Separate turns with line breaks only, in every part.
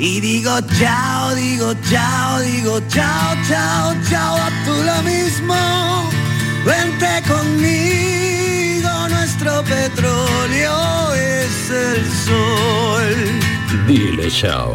y digo chao, digo chao, digo chao, chao, chao, a tú lo mismo. Vente conmigo, nuestro petróleo es el sol.
Dile chao.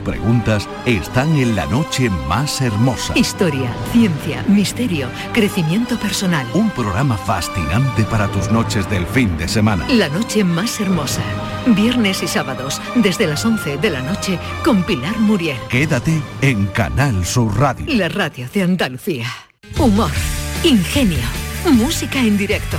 preguntas están en la noche más hermosa.
Historia, ciencia, misterio, crecimiento personal.
Un programa fascinante para tus noches del fin de semana.
La noche más hermosa. Viernes y sábados, desde las 11 de la noche, con Pilar Muriel.
Quédate en Canal Sur Radio.
La radio de Andalucía. Humor, ingenio, música en directo.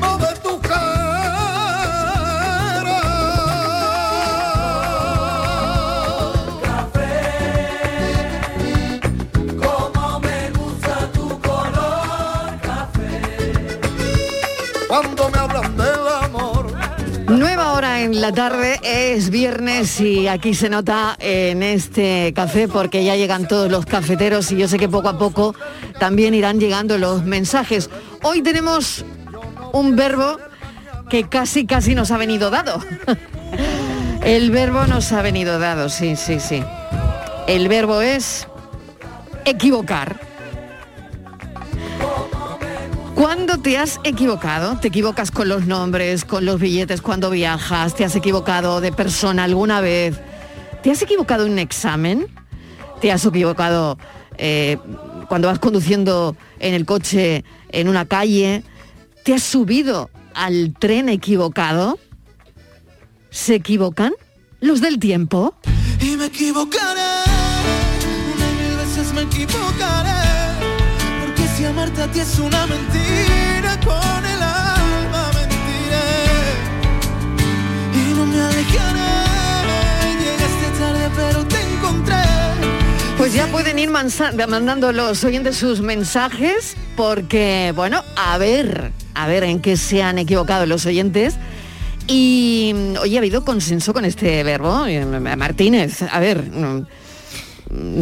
de tu
Nueva hora en la tarde, es viernes y aquí se nota en este café porque ya llegan todos los cafeteros y yo sé que poco a poco también irán llegando los mensajes. Hoy tenemos un verbo que casi casi nos ha venido dado. El verbo nos ha venido dado, sí, sí, sí. El verbo es equivocar. ¿Cuándo te has equivocado? ¿Te equivocas con los nombres, con los billetes cuando viajas? ¿Te has equivocado de persona alguna vez? ¿Te has equivocado en un examen? ¿Te has equivocado eh, cuando vas conduciendo en el coche en una calle? ¿Te has subido al tren equivocado? ¿Se equivocan los del tiempo?
Y me equivocaré, una mil veces me equivocaré si amarte a ti es una mentira, con el alma mentiré y no me alejaré. Llegaste tarde pero te encontré.
Pues ya pueden ir mandando los oyentes sus mensajes porque, bueno, a ver, a ver en qué se han equivocado los oyentes Y, oye, ha habido consenso con este verbo, Eh, Martínez. A ver. mm,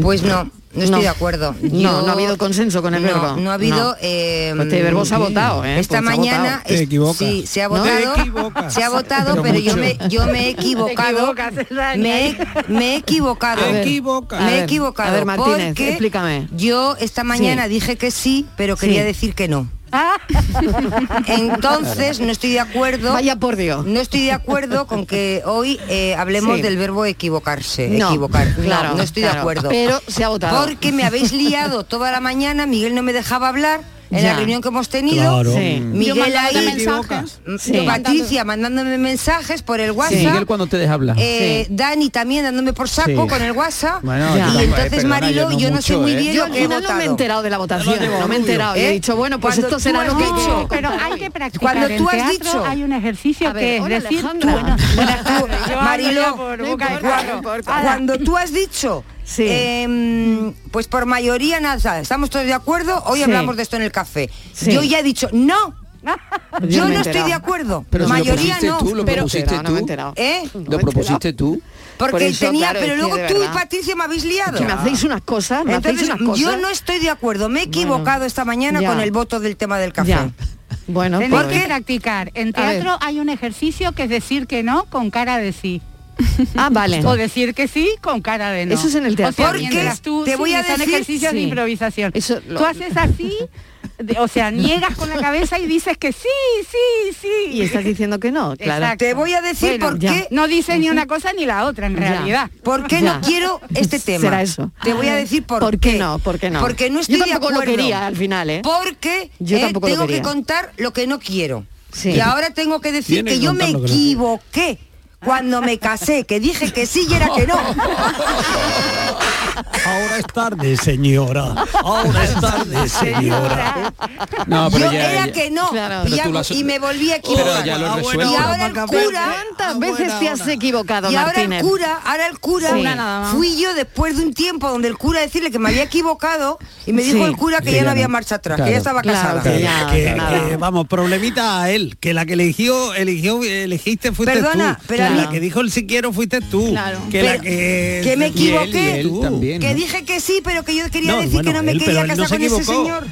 Pues no, no estoy de acuerdo.
No,
Yo-
no ha habido consenso con el
No,
verbo.
no ha habido,
No.
eh,
Pues este verbo se ha votado, ¿eh?
Esta
Pues se ha
mañana
votado. Te
es-
equivocas.
sí, se ha
No.
votado,
Te equivocas.
se ha votado,
Pero
pero, yo
mucho.
me yo me he equivocado,
Te equivocas, eh,
me he, me he equivocado,
A ver, a
me he
ver,
equivocado,
A ver, Martínez,
porque
explícame.
yo esta mañana
Sí.
dije que sí, pero quería
Sí.
decir que no. Entonces no estoy de acuerdo.
Vaya por Dios.
No estoy de acuerdo con que hoy eh, hablemos
Sí.
del verbo equivocarse,
No,
equivocar. No,
claro,
no, estoy de
claro.
acuerdo.
Pero se ha votado.
Porque me habéis liado toda la mañana, Miguel no me dejaba hablar en
Ya.
la reunión que hemos tenido.
Claro. Sí.
Yo
Miguel
mandándome
ahí,
mensajes.
Mm,
Sí.
Patricia mandándome mensajes por el WhatsApp.
Miguel cuando ustedes hablan.
eh, Dani también dándome por saco
Sí.
con el WhatsApp
Bueno, yo
y
tampoco, eh,
entonces
perdona,
Marilo
yo
yo
no
no, sé
mucho,
muy
¿eh?
bien
Yo
lo
al
que he
final
votado.
no me he enterado de la votación, no, me he enterado. Y
¿Eh?
he dicho, bueno, pues
Cuando
esto
tú
será
has
lo que
dicho.
Pero hay que practicar.
Cuando tú
En
has
teatro
dicho.
Hay un ejercicio
A ver,
que es
hola,
decir tú.
Alejandra. Buenas tú,
yo
Mariló,
hablo ya por
no
boca de
importa,
jarro.
no importa.
Ala.
cuando tú has dicho, em, pues por mayoría nada, estamos todos de acuerdo, hoy
Sí.
hablamos de esto en el café.
Sí.
Yo ya he dicho, no, yo no estoy de acuerdo, mayoría no, Pero- ¿Eh?
¿Lo propusiste tú?
Porque tenía, pero luego tú y
Patricia
Patricia me habéis liado.
Que me hacéis
unas cosas, me hacéis
Entonces,
unas
Yo
cosas.
no estoy de acuerdo, me he equivocado esta mañana
ya.
con el voto del tema del café.
Ya. Bueno,
Tenéis
pues-
que
practicar. En
A ver.
teatro hay un ejercicio que es decir que no con cara de sí.
Ah, vale.
O decir que sí con cara de no.
Eso es en el teatro.
O sea,
Porque
mientras tú,
te
sí,
voy a
son
decir-
ejercicios de
sí.
improvisación.
Eso lo-
Tú haces así, de- o sea, niegas con la cabeza y dices que sí, sí, sí.
Y estás diciendo que no, claro.
Exacto.
Te voy a decir
Bueno,
por
ya.
qué-
No dices ni una cosa ni la otra en
Ya.
realidad.
¿Por qué no quiero este tema?
Será eso.
Te voy a decir por,
qué. no? ¿Por qué no?
Porque no estoy
Yo
de
tampoco
acuerdo.
lo quería al final, ¿eh?
Porque
Yo
eh,
tampoco lo
tengo que
quería.
contar lo que no quiero.
Sí.
Y ahora tengo que decir
Viene
que yo me
contando que no
equivoqué cuando me casé, que dije que sí y era que no.
Ahora es tarde, señora. Ahora es tarde, señora.
No, Ah, pero
yo
ya-
era
ya-
que no.
Pero
Y, ya-
tú lo has-
y me volví a equivocar. Ah,
Pero ya lo has
y
resuelto.
ahora el cura.
¿Cuántas veces te has equivocado,
Y ahora el
Martínez?
cura, ahora el cura,
Sí. Una nada más.
fui yo después de un tiempo donde el cura decirle que me había equivocado y me dijo
Sí.
el cura que ya no había marcha atrás, que ya estaba casada.
Que- que- que, vamos, problemita a él, que la que eligió, eligió, elegiste fuiste
Perdona,
tú.
pero a
que
mí-
la que dijo el si quiero fuiste tú. Que la
Pero-
que,
que me
y él,
equivoqué,
y él también,
que
¿no?
dije que sí, pero que yo quería
No,
decir
bueno,
que no me
él, pero
quería
él no
casar
se
con ese
equivocó.
señor.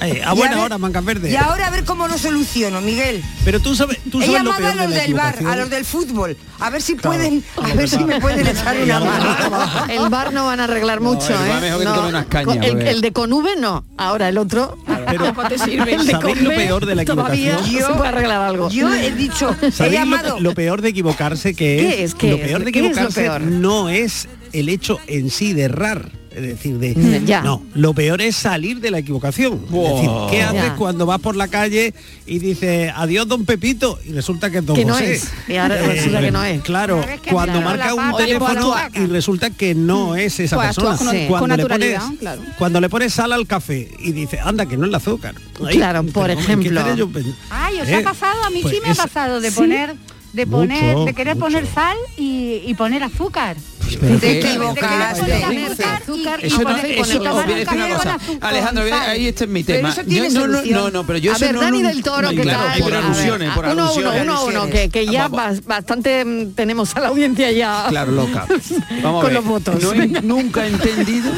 Ay, a
Y
buena
ver-
hora, Mancas Verde.
Y ahora a ver cómo lo soluciono, Miguel.
Pero tú sabes, tú
He
sabes lo
llamado a
peor de
los
la
del bar, a
equivocación.
los del fútbol, a ver si
Claro.
pueden, a ver si me pueden echar una mano.
El bar no van a arreglar mucho,
el
¿eh?
bar mejor que te
No.
tome unas cañas,
Con- el,
porque-
el de Conube no. Ahora el otro.
Pero- te sirve? ¿Sabéis lo peor de la
Todavía
equivocación?
se puede arreglar algo.
Yo he dicho, he
¿Sabéis
llamado.
lo, lo peor de equivocarse que es?
¿Qué es? ¿Qué
lo
es?
peor de
¿Qué es lo
equivocarse
peor?
no es el hecho en sí de errar. Es decir, de
Mm, ya.
no, lo peor es salir de la equivocación. Es decir,
Wow.
¿qué haces
Ya.
cuando vas por la calle y dices adiós don Pepito? Y resulta que es don
Que no
José.
es. Y ahora
Eh,
resulta que no es.
Claro,
Una vez que
cuando
claro,
marca
la
un
pata,
teléfono
pues
y resulta que no es esa
Pues actúa
persona.
con- Sí. con
Cuando le
naturalidad,
pones-
claro.
cuando le pones sal al café y dices, anda, que no es el azúcar.
Claro, por
pero, hombre, ¿qué
ejemplo.
estaré yo pen-
Ay, ¿os
Eh,
ha pasado? A mí
pues
sí me ha
esa-
pasado de
Sí.
poner, de
Mucho,
poner, de querer
mucho.
poner sal y, y poner azúcar.
pero
De
¿qué?
que- de querer
Equivocaste.
poner
Sí.
azúcar y- y
Pues Eso, no,
poner- y tomar
eso, os voy a
un
decir una
café con
cosa.
azúcar,
Alejandro,
sal.
ahí este es mi
Pero
tema.
eso tiene
Yo- no, no,
solución.
no, no, pero yo
a
eso
ver,
no,
Dani
no-
del Toro,
no,
¿qué
claro,
tal?
Por
A ver,
alusiones, por
uno a
alusiones.
uno,
Ah,
uno a uno, que, que ya
Vamos,
bas- bastante mm, tenemos a la audiencia ya.
Claro, loca. Vamos a
con
ver.
los votos.
No he- nunca he entendido,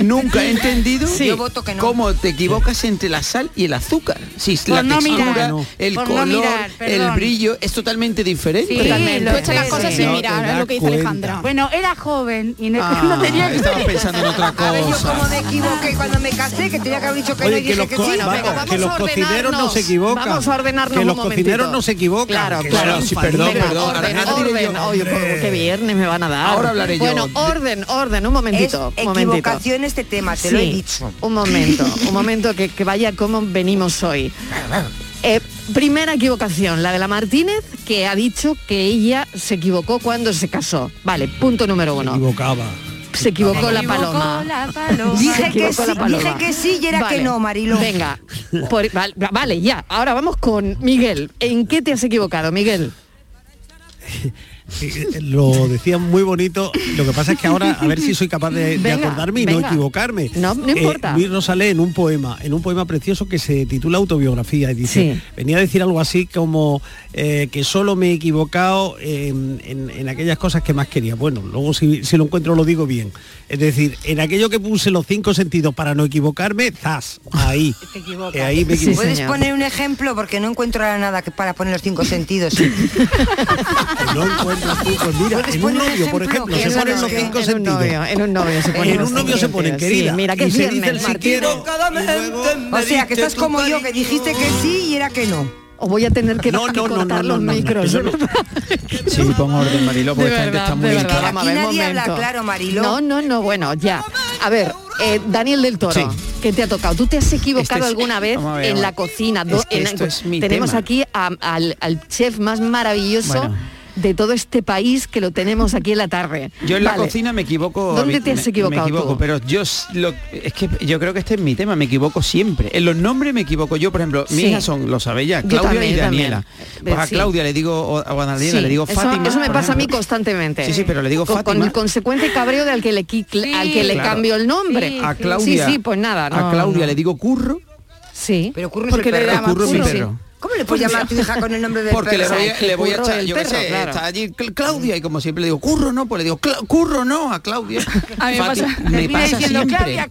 nunca he entendido
Sí. Yo
voto que no.
cómo te equivocas entre la sal y el azúcar. Si es
Por
la
no
textura,
mirar,
el
por no
color,
mirar,
el
perdón.
brillo, es totalmente diferente.
lo sé, sí. Bueno, era joven y no,
Ah,
no tenía
estaba pensando en otra
A ver, yo como
cosa.
me equivoqué cuando me casé, que tenía que haber dicho que no
Oye,
y
que
dije
los,
que
co-
sí.
vamos,
Venga,
que los
vamos a
cocineros no
ordenarnos.
se equivocan.
Vamos a ordenarnos
Que
un
los cocineros
momentito.
no se equivocan.
Claro,
que
claro.
son
sí,
infantiles.
Venga, orden, orden. Oye, por- qué viernes me van a dar.
Ahora hablaré yo.
Bueno, orden, orden, un momentito.
Es
un momentito.
equivocación este tema, te lo he
Sí,
dicho.
Un momento, un momento que, que vaya cómo venimos hoy. Eh, primera equivocación, la de la Martínez, que ha dicho que ella se equivocó cuando se casó. Vale, punto número uno. Se
equivocaba.
Se equivocó la
Me equivocó
paloma.
la paloma.
Se
Dije que
equivocó
sí,
la paloma.
dije que sí y era que no, Mariló.
Venga, por- val- vale, ya. Ahora vamos con Miguel. ¿En qué te has equivocado, Miguel?
eh, lo decía muy bonito. Lo que pasa es que ahora, a ver si soy capaz de, de
Venga,
acordarme y no
venga.
equivocarme. Eh,
No, no importa.
Luis Rosalé en un poema, en un poema precioso que se titula Autobiografía y dice,
Sí.
venía a decir algo así como eh, que solo me he equivocado en, en- en aquellas cosas que más quería. Bueno, luego si, si lo encuentro lo digo bien. Es decir, en aquello que puse los cinco sentidos para no equivocarme, zas, ahí. Eh, ahí me equivoqué.
¿Puedes poner un ejemplo? Porque no encuentro ahora nada que para poner los cinco sentidos.
no encuentras tú, pues mira, en un novio, por ejemplo, se ponen los cinco
en un
sentidos.
novio, en un novio se ponen
En
los
un novio se
sentidos,
ponen,
sí,
querida.
mira, que
y
es
se
viernes,
dice el si
Martín.
quiero.
O sea, que estás como yo, que dijiste que sí y era que no.
O voy a tener que
No, no, no,
cortar los micros.
Sí, pon orden, Mariló, porque esta gente está muy inquieta.
Vamos a ver,
nadie habla
momento.
claro, Mariló.
No, no, no, bueno, ya. A ver, eh, Daniel del Toro,
Sí.
¿qué te ha tocado? ¿Tú te has equivocado
Este es-
alguna vez
Vamos a ver,
en
vamos.
la cocina?
Es
Do-
que
en-
esto es mi
tenemos
tema.
aquí a- al, al chef más maravilloso
Bueno.
de todo este país que lo tenemos aquí en la tarde.
Yo en
Vale.
la cocina me equivoco.
¿Dónde
me-
te has
me-
equivocado
Me equivoco,
tú?
pero yo s- lo- es que yo creo que este es mi tema, me equivoco siempre. En los nombres me equivoco yo, por ejemplo, mis
Sí.
hijas son, lo sabéis ya,
Yo
Claudia
también,
y
yo también.
Daniela.
Eh,
Pues a
sí.
Claudia le digo, o a Daniela
Sí,
le digo
eso,
Fátima.
eso me
por
pasa a mí
ejemplo.
constantemente.
Sí, sí, pero le digo
con, con
Fátima.
el consecuente cabreo del que le, qui- al que le
Claro.
cambio el nombre.
A Claudia.
Sí, sí, pues nada.
a
no,
Claudia
no.
le digo curro.
Sí.
Pero
es el Porque le perro. llaman Curro es mi Curro, sí. perro.
¿Cómo le puedes llamar a tu hija con el nombre del
Porque le
perro?
voy, a-
O sea,
le voy a
Curro
echar,
del
yo qué
perro,
sé,
claro.
está allí Cl- Claudia y como siempre le digo, curro no, pues le digo, "Cla- curro no a Claudia.
A mí me pasa-
Fátima, me
termina
pasa
diciendo,
siempre.
"Claudia,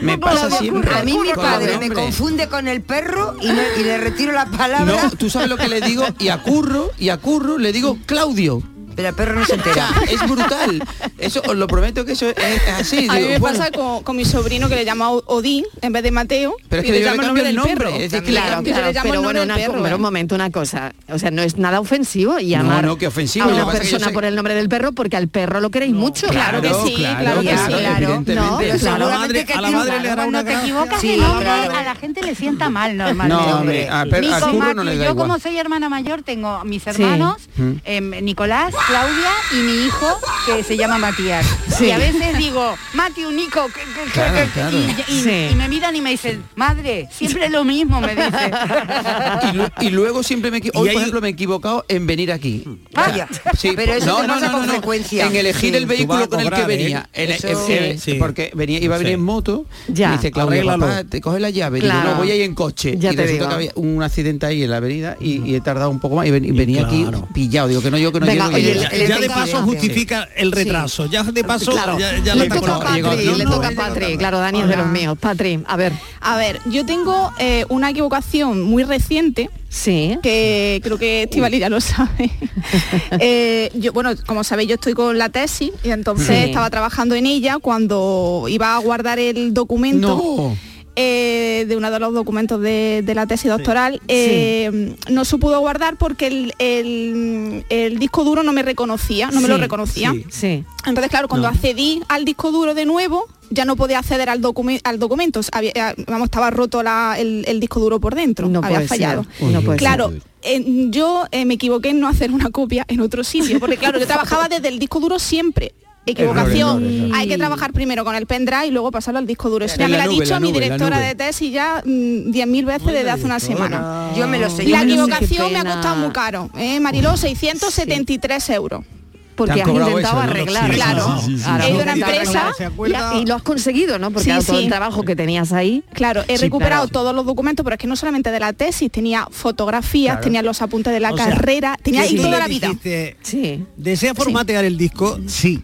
me pasa
Claudia,
siempre.
A mí mi
Con los
padre me
nombres.
confunde con el perro y, no- y le retiro la palabra.
No, tú sabes lo que le digo y a curro y a curro le digo Claudio.
Pero el perro no se entera.
es brutal. Eso os lo prometo que eso es, es así.
a mí
digo,
me
bueno,
pasa con, con mi sobrino que le llama O- Odín en vez de Mateo.
Pero es
y
que yo
le
le
llamo
cambio
el nombre del
el nombre,
perro.
es decir, que le
claro,
cambio-
yo le
Claro,
llamo
pero
el nombre
bueno, una,
del perro.
pero un momento, una cosa. O sea, no es nada ofensivo llamar
no, que ofensivo,
a
lo que
una
pasa es que yo
persona
sé-
por el nombre del perro porque al perro lo queréis mucho.
Claro, Claro que sí, claro claro que que sí, sí, claro. evidentemente.
No,
Pero
claro.
seguramente madre- que a la tiene madre un le hará
Cuando
una
te
gracia.
equivocas de
Sí,
nombre,
claro.
a la gente le sienta mal normalmente.
No, hombre, a per- a
Nico,
Curro
Maki,
no le da
yo
igual.
como soy hermana mayor tengo a mis
Sí.
hermanos,
Mm.
em, Nicolás, Claudia y mi hijo que se llama Matías.
Sí.
Y a veces digo, Mati, un Nico, que- que- que-
Claro,
que-
claro.
Y, y-
Sí.
y me miran y me dicen, madre, siempre lo mismo me dicen.
y, lu- y luego siempre me equi-
Y
hoy
ahí-
por ejemplo me he equivocado en venir aquí.
Vaya.
Sí,
Pero eso
no,
te
no,
pasa
no,
con
no, no.
frecuencia.
En elegir
Sí.
el
Tú vas a
vehículo con el que
cobrar, ¿eh?
venía. En-
Eso-
en-
Eh,
en-
Sí.
Eh, Porque venía, iba a venir
Sí.
en moto,
Ya.
me dice Claudia,
Arréglalo.
papá, te coge la llave. Y
Claro.
yo no voy ahí en coche.
Ya
y
te
resulta
digo.
que había un accidente ahí en la avenida y, y he tardado un poco más y, ven- y venía
claro.
aquí pillado. Digo que no, yo que no
Venga,
llego. y
oye,
llego.
ya- ya de paso justifica el retraso. Ya de paso
Claro.
ya, ya
Le
la
toca
taconazo.
a Patri,
Llegó-
le
no, no,
toca a Patri, claro, Dani es de los míos. Patri, a ver.
A ver, yo tengo eh, una equivocación muy reciente.
Sí.
Que creo que Estivali ya lo sabe. Eh, yo, bueno, como sabéis, yo estoy con la tesis y entonces
Sí.
estaba trabajando en ella cuando iba a guardar el documento. eh, de uno de los documentos de, de la tesis doctoral eh, no se pudo guardar porque el, el- el disco duro no me reconocía no me lo
Sí,
reconocía
sí, sí.
entonces, claro, cuando
No.
accedí al disco duro de nuevo, ya no podía acceder al, docu- al documento. O sea, había- eh, vamos, estaba roto la- el, el disco duro por dentro. había
puede ser,
fallado.
no puede
claro, eh, yo eh, me equivoqué en no hacer una copia en otro sitio, porque claro, yo trabajaba desde el disco duro siempre. Equivocación.
Errores, errores,
Hay que trabajar primero con el pendrive y luego pasarlo al disco duro. Eso
En
ya me
la
lo ha
nube,
dicho
la
mi
nube, la
directora
nube.
de tesis ya mm, 10.000 veces desde hace una semana.
Yo me lo sé, yo
La
me lo sé.
equivocación me ha
Qué pena.
costado muy caro. ¿eh, Mariló, 673 euros
Porque
Te
has
han cobrado
intentado
eso, ¿no?
arreglar.
Sí,
Claro.
sí, sí, sí.
Ahora
He ido
lo
a una
intentas
empresa
arreglar.
¿se acuerda?
y, y lo has conseguido, ¿no? Porque
Sí,
era todo
sí.
el trabajo que tenías ahí.
Claro, he
Sí,
recuperado
claro.
todos los documentos, pero es que no solamente de la tesis, tenía fotografías,
Claro.
tenía los apuntes de la
O sea,
carrera, tenía
que
ahí
tú
toda
le
la vida.
dijiste,
Sí.
¿Desea formatear el disco? Sí.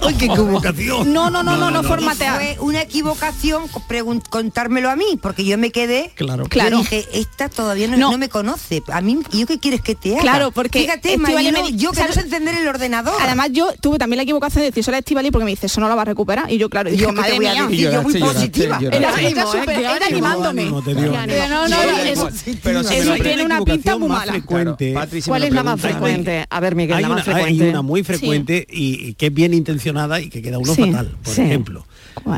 ¡Ay, qué equivocación!
formatea. Fue una equivocación pregun- contármelo a mí, porque yo me quedé.
Claro.
Yo
Claro.
dije, esta todavía no,
No.
no me conoce. A mí, ¿y yo qué quieres que te haga?
Claro, porque
Fíjate,
Estíbaliz
Mariló,
me di-
yo que este no
¿sabes?
sé encender el ordenador.
Además yo tuve también la equivocación de decir solo a Estivali porque me dice, eso no la va a recuperar. Y yo, claro,
Yo,
dije,
¿qué te
madre
voy a
mía.
decir? Yo muy
Lloraste, lloraste,
positiva.
lloraste.
Era-
Era
ánimo,
super-
eh, qué
era
ánimo,
animándome.
ánimo, te
Qué
digo.
ánimo. No, no,
Sí,
eso-
ánimo.
Pero si me
eso
lo
tiene una pinta muy mala.
frecuente.
Claro, Patri, si
¿Cuál
me lo
es la más
preguntas,
frecuente? A ver, Miguel,
¿eh? hay
la
una,
más
hay
frecuente.
una muy frecuente y, y que es bien malintencionada y que queda uno
Sí,
fatal, por
sí.
ejemplo.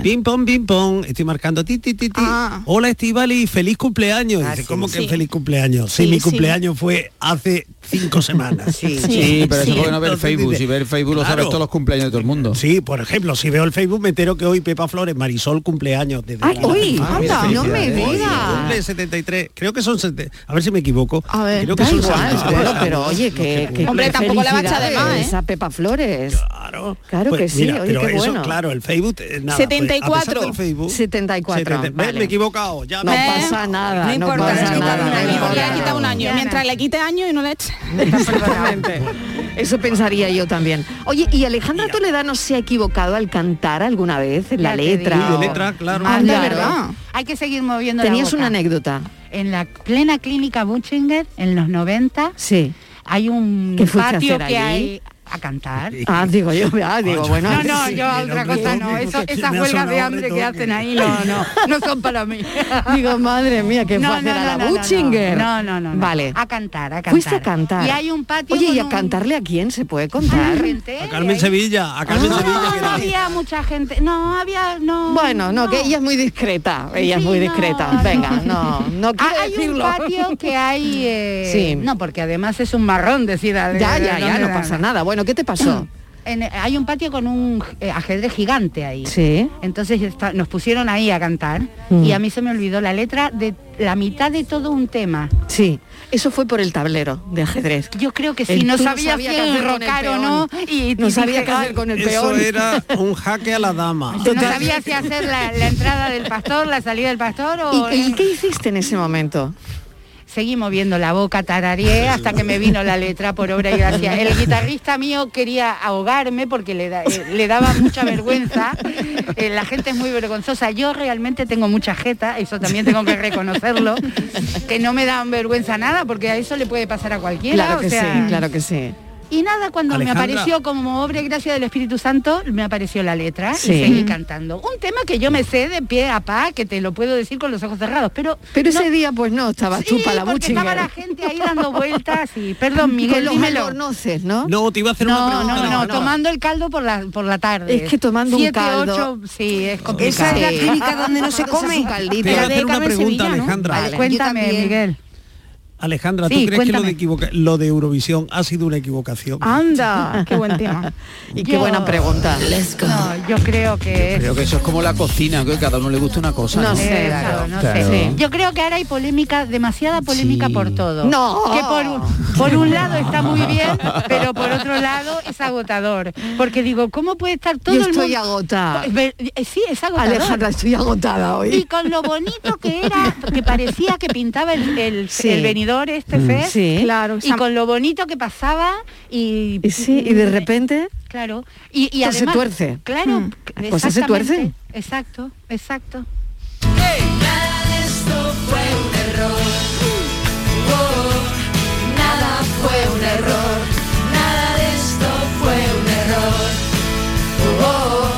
Pim pom, pim pom, estoy marcando ti, ti, ti, ti. Hola Estivali, feliz cumpleaños. Dice, ¿cómo que
Sí.
feliz cumpleaños? Sí,
Sí,
mi
sí.
cumpleaños fue hace cinco semanas. Sí,
Sí, pero eso porque no ver
Entonces
Facebook.
dice,
Si ver Facebook lo sabes
claro.
todos los cumpleaños de todo el mundo.
Sí, por ejemplo, si veo el Facebook me entero que hoy Pepa Flores, Marisol cumpleaños desde
Ay, uy,
Ah,
anda,
mira,
no me
felicidades.
digas.
Cumple 73, creo que son 70, a ver si me equivoco. A ver, creo que
Da
son
igual,
73.
bueno, pero oye, eh, que, que-
Hombre,
que
tampoco la va a echar de
felicidades
más, ¿eh?
a Pepa Flores.
Claro.
Claro
Pues
que sí,
mira,
oye,
pero
qué
eso,
bueno.
claro, el Facebook eh, nada, pues, a pesar del Facebook,
74.
70,
vale.
Me he equivocado, ya
No
me-
pasa nada, no, pasa nada. no
Le
importa.
ha quitado un año. Mientras le quite año y no le eche.
Exactamente. Eso pensaría yo también. Oye, ¿y Alejandra Toledano se ha equivocado al cantar alguna vez en la
Ya te
letra?
digo.
o-
Sí, de letra,
claro.
Anda,
Claro.
¿verdad? Hay que seguir moviendo
Tenías
la boca.
una anécdota.
En la plena clínica Buchinger, en los 90,
sí.
hay un
¿Qué fuiste a
patio
hacer
que
allí?
hay a cantar.
Ah, digo yo, ah, digo, bueno.
No, no,
sí.
yo otra cosa no. Eso- esas huelgas de hambre que hacen ahí, no, no, no son para mí.
Digo, madre mía, que fue a hacer a la Buchinger.
No, no, no, no.
Vale.
A cantar, a cantar.
Fuiste a cantar.
Y hay un patio
Oye,
con
¿y a
un-
cantarle a quién se puede contar?
A Carmen Sevilla, a
Ah,
Carmen Sevilla.
No había mucha gente. No, había, no.
Bueno, no, que ella es muy discreta. Ella es
Sí,
muy
no,
discreta.
no.
Venga, no, no quiero
Ah, hay
decirlo.
un patio que hay... eh,
Sí.
No, porque además es un marrón decir... a-
Ya, ya,
dónde
ya, no
dan.
pasa nada. Bueno, ¿qué te pasó?
En- hay un patio con un eh, ajedrez gigante ahí.
Sí.
Entonces está- nos pusieron ahí a cantar
Mm.
y a mí se me olvidó la letra de la mitad de todo un tema.
Sí, eso fue por el tablero de ajedrez.
Yo creo que
El-
sí, no
tú
sabía,
sabías
si
qué hacer con el
enrocar o
peón.
no. Y,
No
y
sabía
dije,
qué hacer
"Ay,
con el
Eso
peón.
era un jaque a la dama.
No sabía si hacer la, la entrada del pastor, la salida del pastor o...
¿Y, y qué hiciste en ese momento?
Seguí moviendo la boca, tarareé hasta que me vino la letra por obra y gracia. El guitarrista mío quería ahogarme porque le, da- eh, le daba mucha vergüenza. Eh, la gente es muy vergonzosa. Yo realmente tengo mucha jeta, eso también tengo que reconocerlo, que no me dan vergüenza nada porque a eso le puede pasar a cualquiera.
Claro
o
que
sea,
sí, claro que sí.
Y nada, cuando
Alejandra.
me apareció como obra y gracia del Espíritu Santo, me apareció la letra
Sí.
y seguí cantando. Un tema que yo me sé de pie a pa, que te lo puedo decir con los ojos cerrados, pero...
Pero
no-
ese día pues no, estabas tú
Sí,
para la
porque
Buchinger.
estaba la gente ahí dando vueltas y... Perdón, Miguel,
Con los
dímelo.
albornoces, ¿no?
No, te iba a hacer una
No,
pregunta.
no, no,
Alejandra.
tomando el caldo por la, por la tarde.
Es que tomando un
Siete,
caldo-
ocho, sí, es complicado.
es la clínica donde no se
Entonces,
come.
un caldito.
Te iba a hacer una pregunta, Alejandra.
Vale, cuéntame, Miguel.
Alejandra, ¿tú
Sí,
crees que lo de,
cuéntame.
equivoca- lo de Eurovisión ha sido una equivocación?
Anda, qué buen tema.
Y
qué Yo- buena pregunta. No, yo creo que es...
Creo que eso es como la cocina, que cada uno le gusta una cosa.
No sé, claro, no sé.
Claro.
Yo creo que ahora hay polémica, demasiada polémica por todo.
No.
Que por, un- por un lado está muy bien, pero por otro lado es agotador. Porque digo, ¿cómo puede estar todo
Yo
el
estoy
mundo?
agotada.
Ve- eh, Sí, es agotador.
Alejandra, estoy agotada hoy.
Y con lo bonito que era, que parecía que pintaba el, el,
Sí.
el venidor este
Mm.
fest.
Sí. Claro,
Y
Sam-
con lo bonito que pasaba y...
Y sí, y de repente...
Claro. Y, y
Esto se
además...
tuerce.
Claro.
Mm. Cosas se
exactamente.
tuercen.
Exacto, exacto.
Nada de esto fue un error. Oh, nada fue un error. Nada de esto fue un error. Oh, oh.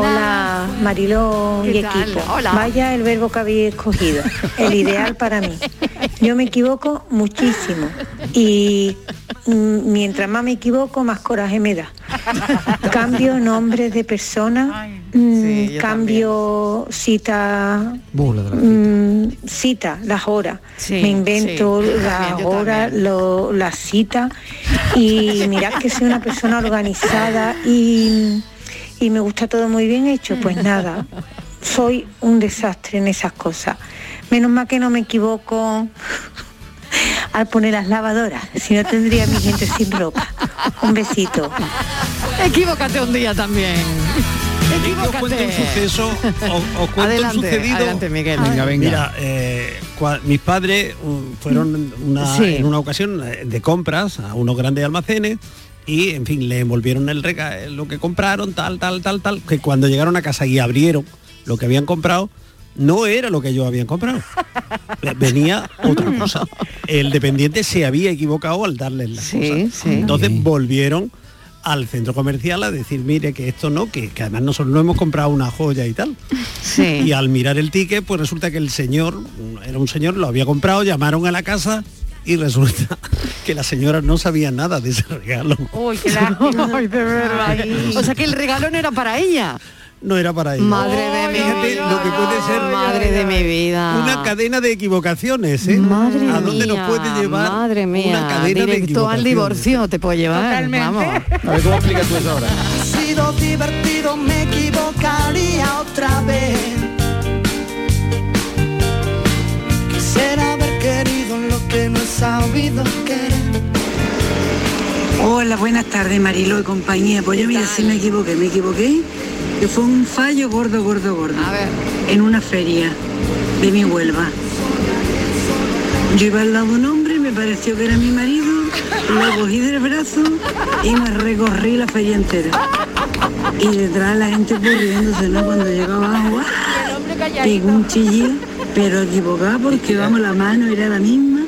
Hola Mariló
¿Qué
y
tal?
equipo.
Hola.
Vaya el verbo que habéis escogido. El ideal para mí. Yo me equivoco muchísimo y mm, mientras más me equivoco más coraje me da. Cambio nombres de personas, mm,
yo
cambio cita
Bula de la
mm, cita, las horas.
Sí,
me invento
sí, yo
las
también, yo
horas, lo- las citas. Y mirad que soy una persona organizada y, y me gusta todo muy bien hecho. Pues nada, soy un desastre en esas cosas. Menos mal que no me equivoco al poner las lavadoras, si no tendría a mi gente sin ropa. Un besito.
Equivócate un día también.
Yo os cuento un suceso, os, os cuento
Adelante,
un sucedido.
adelante, Miguel. Venga, venga.
Mira, eh, cua- mis padres um, fueron una-
Sí.
en una ocasión eh, de compras a unos grandes almacenes y, en fin, le envolvieron el rega eh, lo que compraron, tal, tal, tal, tal, que cuando llegaron a casa y abrieron lo que habían comprado, no era lo que ellos habían comprado. Ve- Venía otra cosa. El dependiente se había equivocado al darles las cosas. Entonces volvieron al centro comercial a decir, mire, que esto no, que, que además nosotros no hemos comprado una joya y tal. Y al mirar el ticket, pues resulta que el señor, era un señor, lo había comprado, llamaron a la casa y resulta que la señora no sabía nada de ese regalo.
Uy, qué lástima.
Ay, de verdad. O sea que el regalo no era para ella.
No era para ella.
Madre de mi vida.
Lo que puede ser
Madre de mi vida.
una cadena de equivocaciones, ¿eh?
Madre
¿A dónde nos puede llevar
Madre mía.
una cadena de
Directo
equivocaciones?
al divorcio te puede llevar.
Totalmente.
Vamos.
A ver, ¿cómo explicas tú eso ahora?
Ha sido divertido, me equivocaría otra vez. Quisiera haber querido lo que no he sabido querer.
Hola, buenas tardes Marilo y compañía. Pues yo mira, sí me equivoqué, me equivoqué, que fue un fallo gordo, gordo, gordo. En una feria de mi Huelva. Yo iba al lado de un hombre, me pareció que era mi marido, lo cogí del brazo y me recorrí la feria entera. Y detrás la gente pues, riéndose, ¿no? Cuando llegaba abajo, ¡ah! pegó un chillido, pero equivocada porque vamos, la mano era la misma.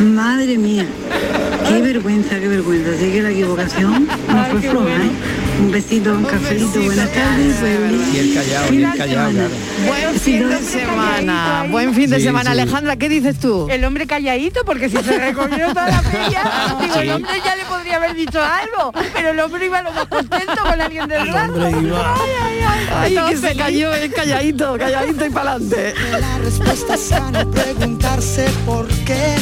Madre mía, qué vergüenza, qué vergüenza. Así que la equivocación no fue floja, ¿eh? Un besito, un cafecito, buenas tardes. pues,
Y el callado, y el callado, claro.
Buen fin de semana. Buen fin de
Sí,
semana,
sí.
Alejandra. ¿Qué dices tú?
El hombre calladito, porque si se recogió toda la feria, digo, el hombre ya le podría haber dicho algo, pero el hombre iba lo más contento con alguien del rato. Ay, ay, ay,
Ay,
todo
que se
feliz.
cayó el calladito, calladito y para adelante.
La respuesta es a no preguntarse por qué.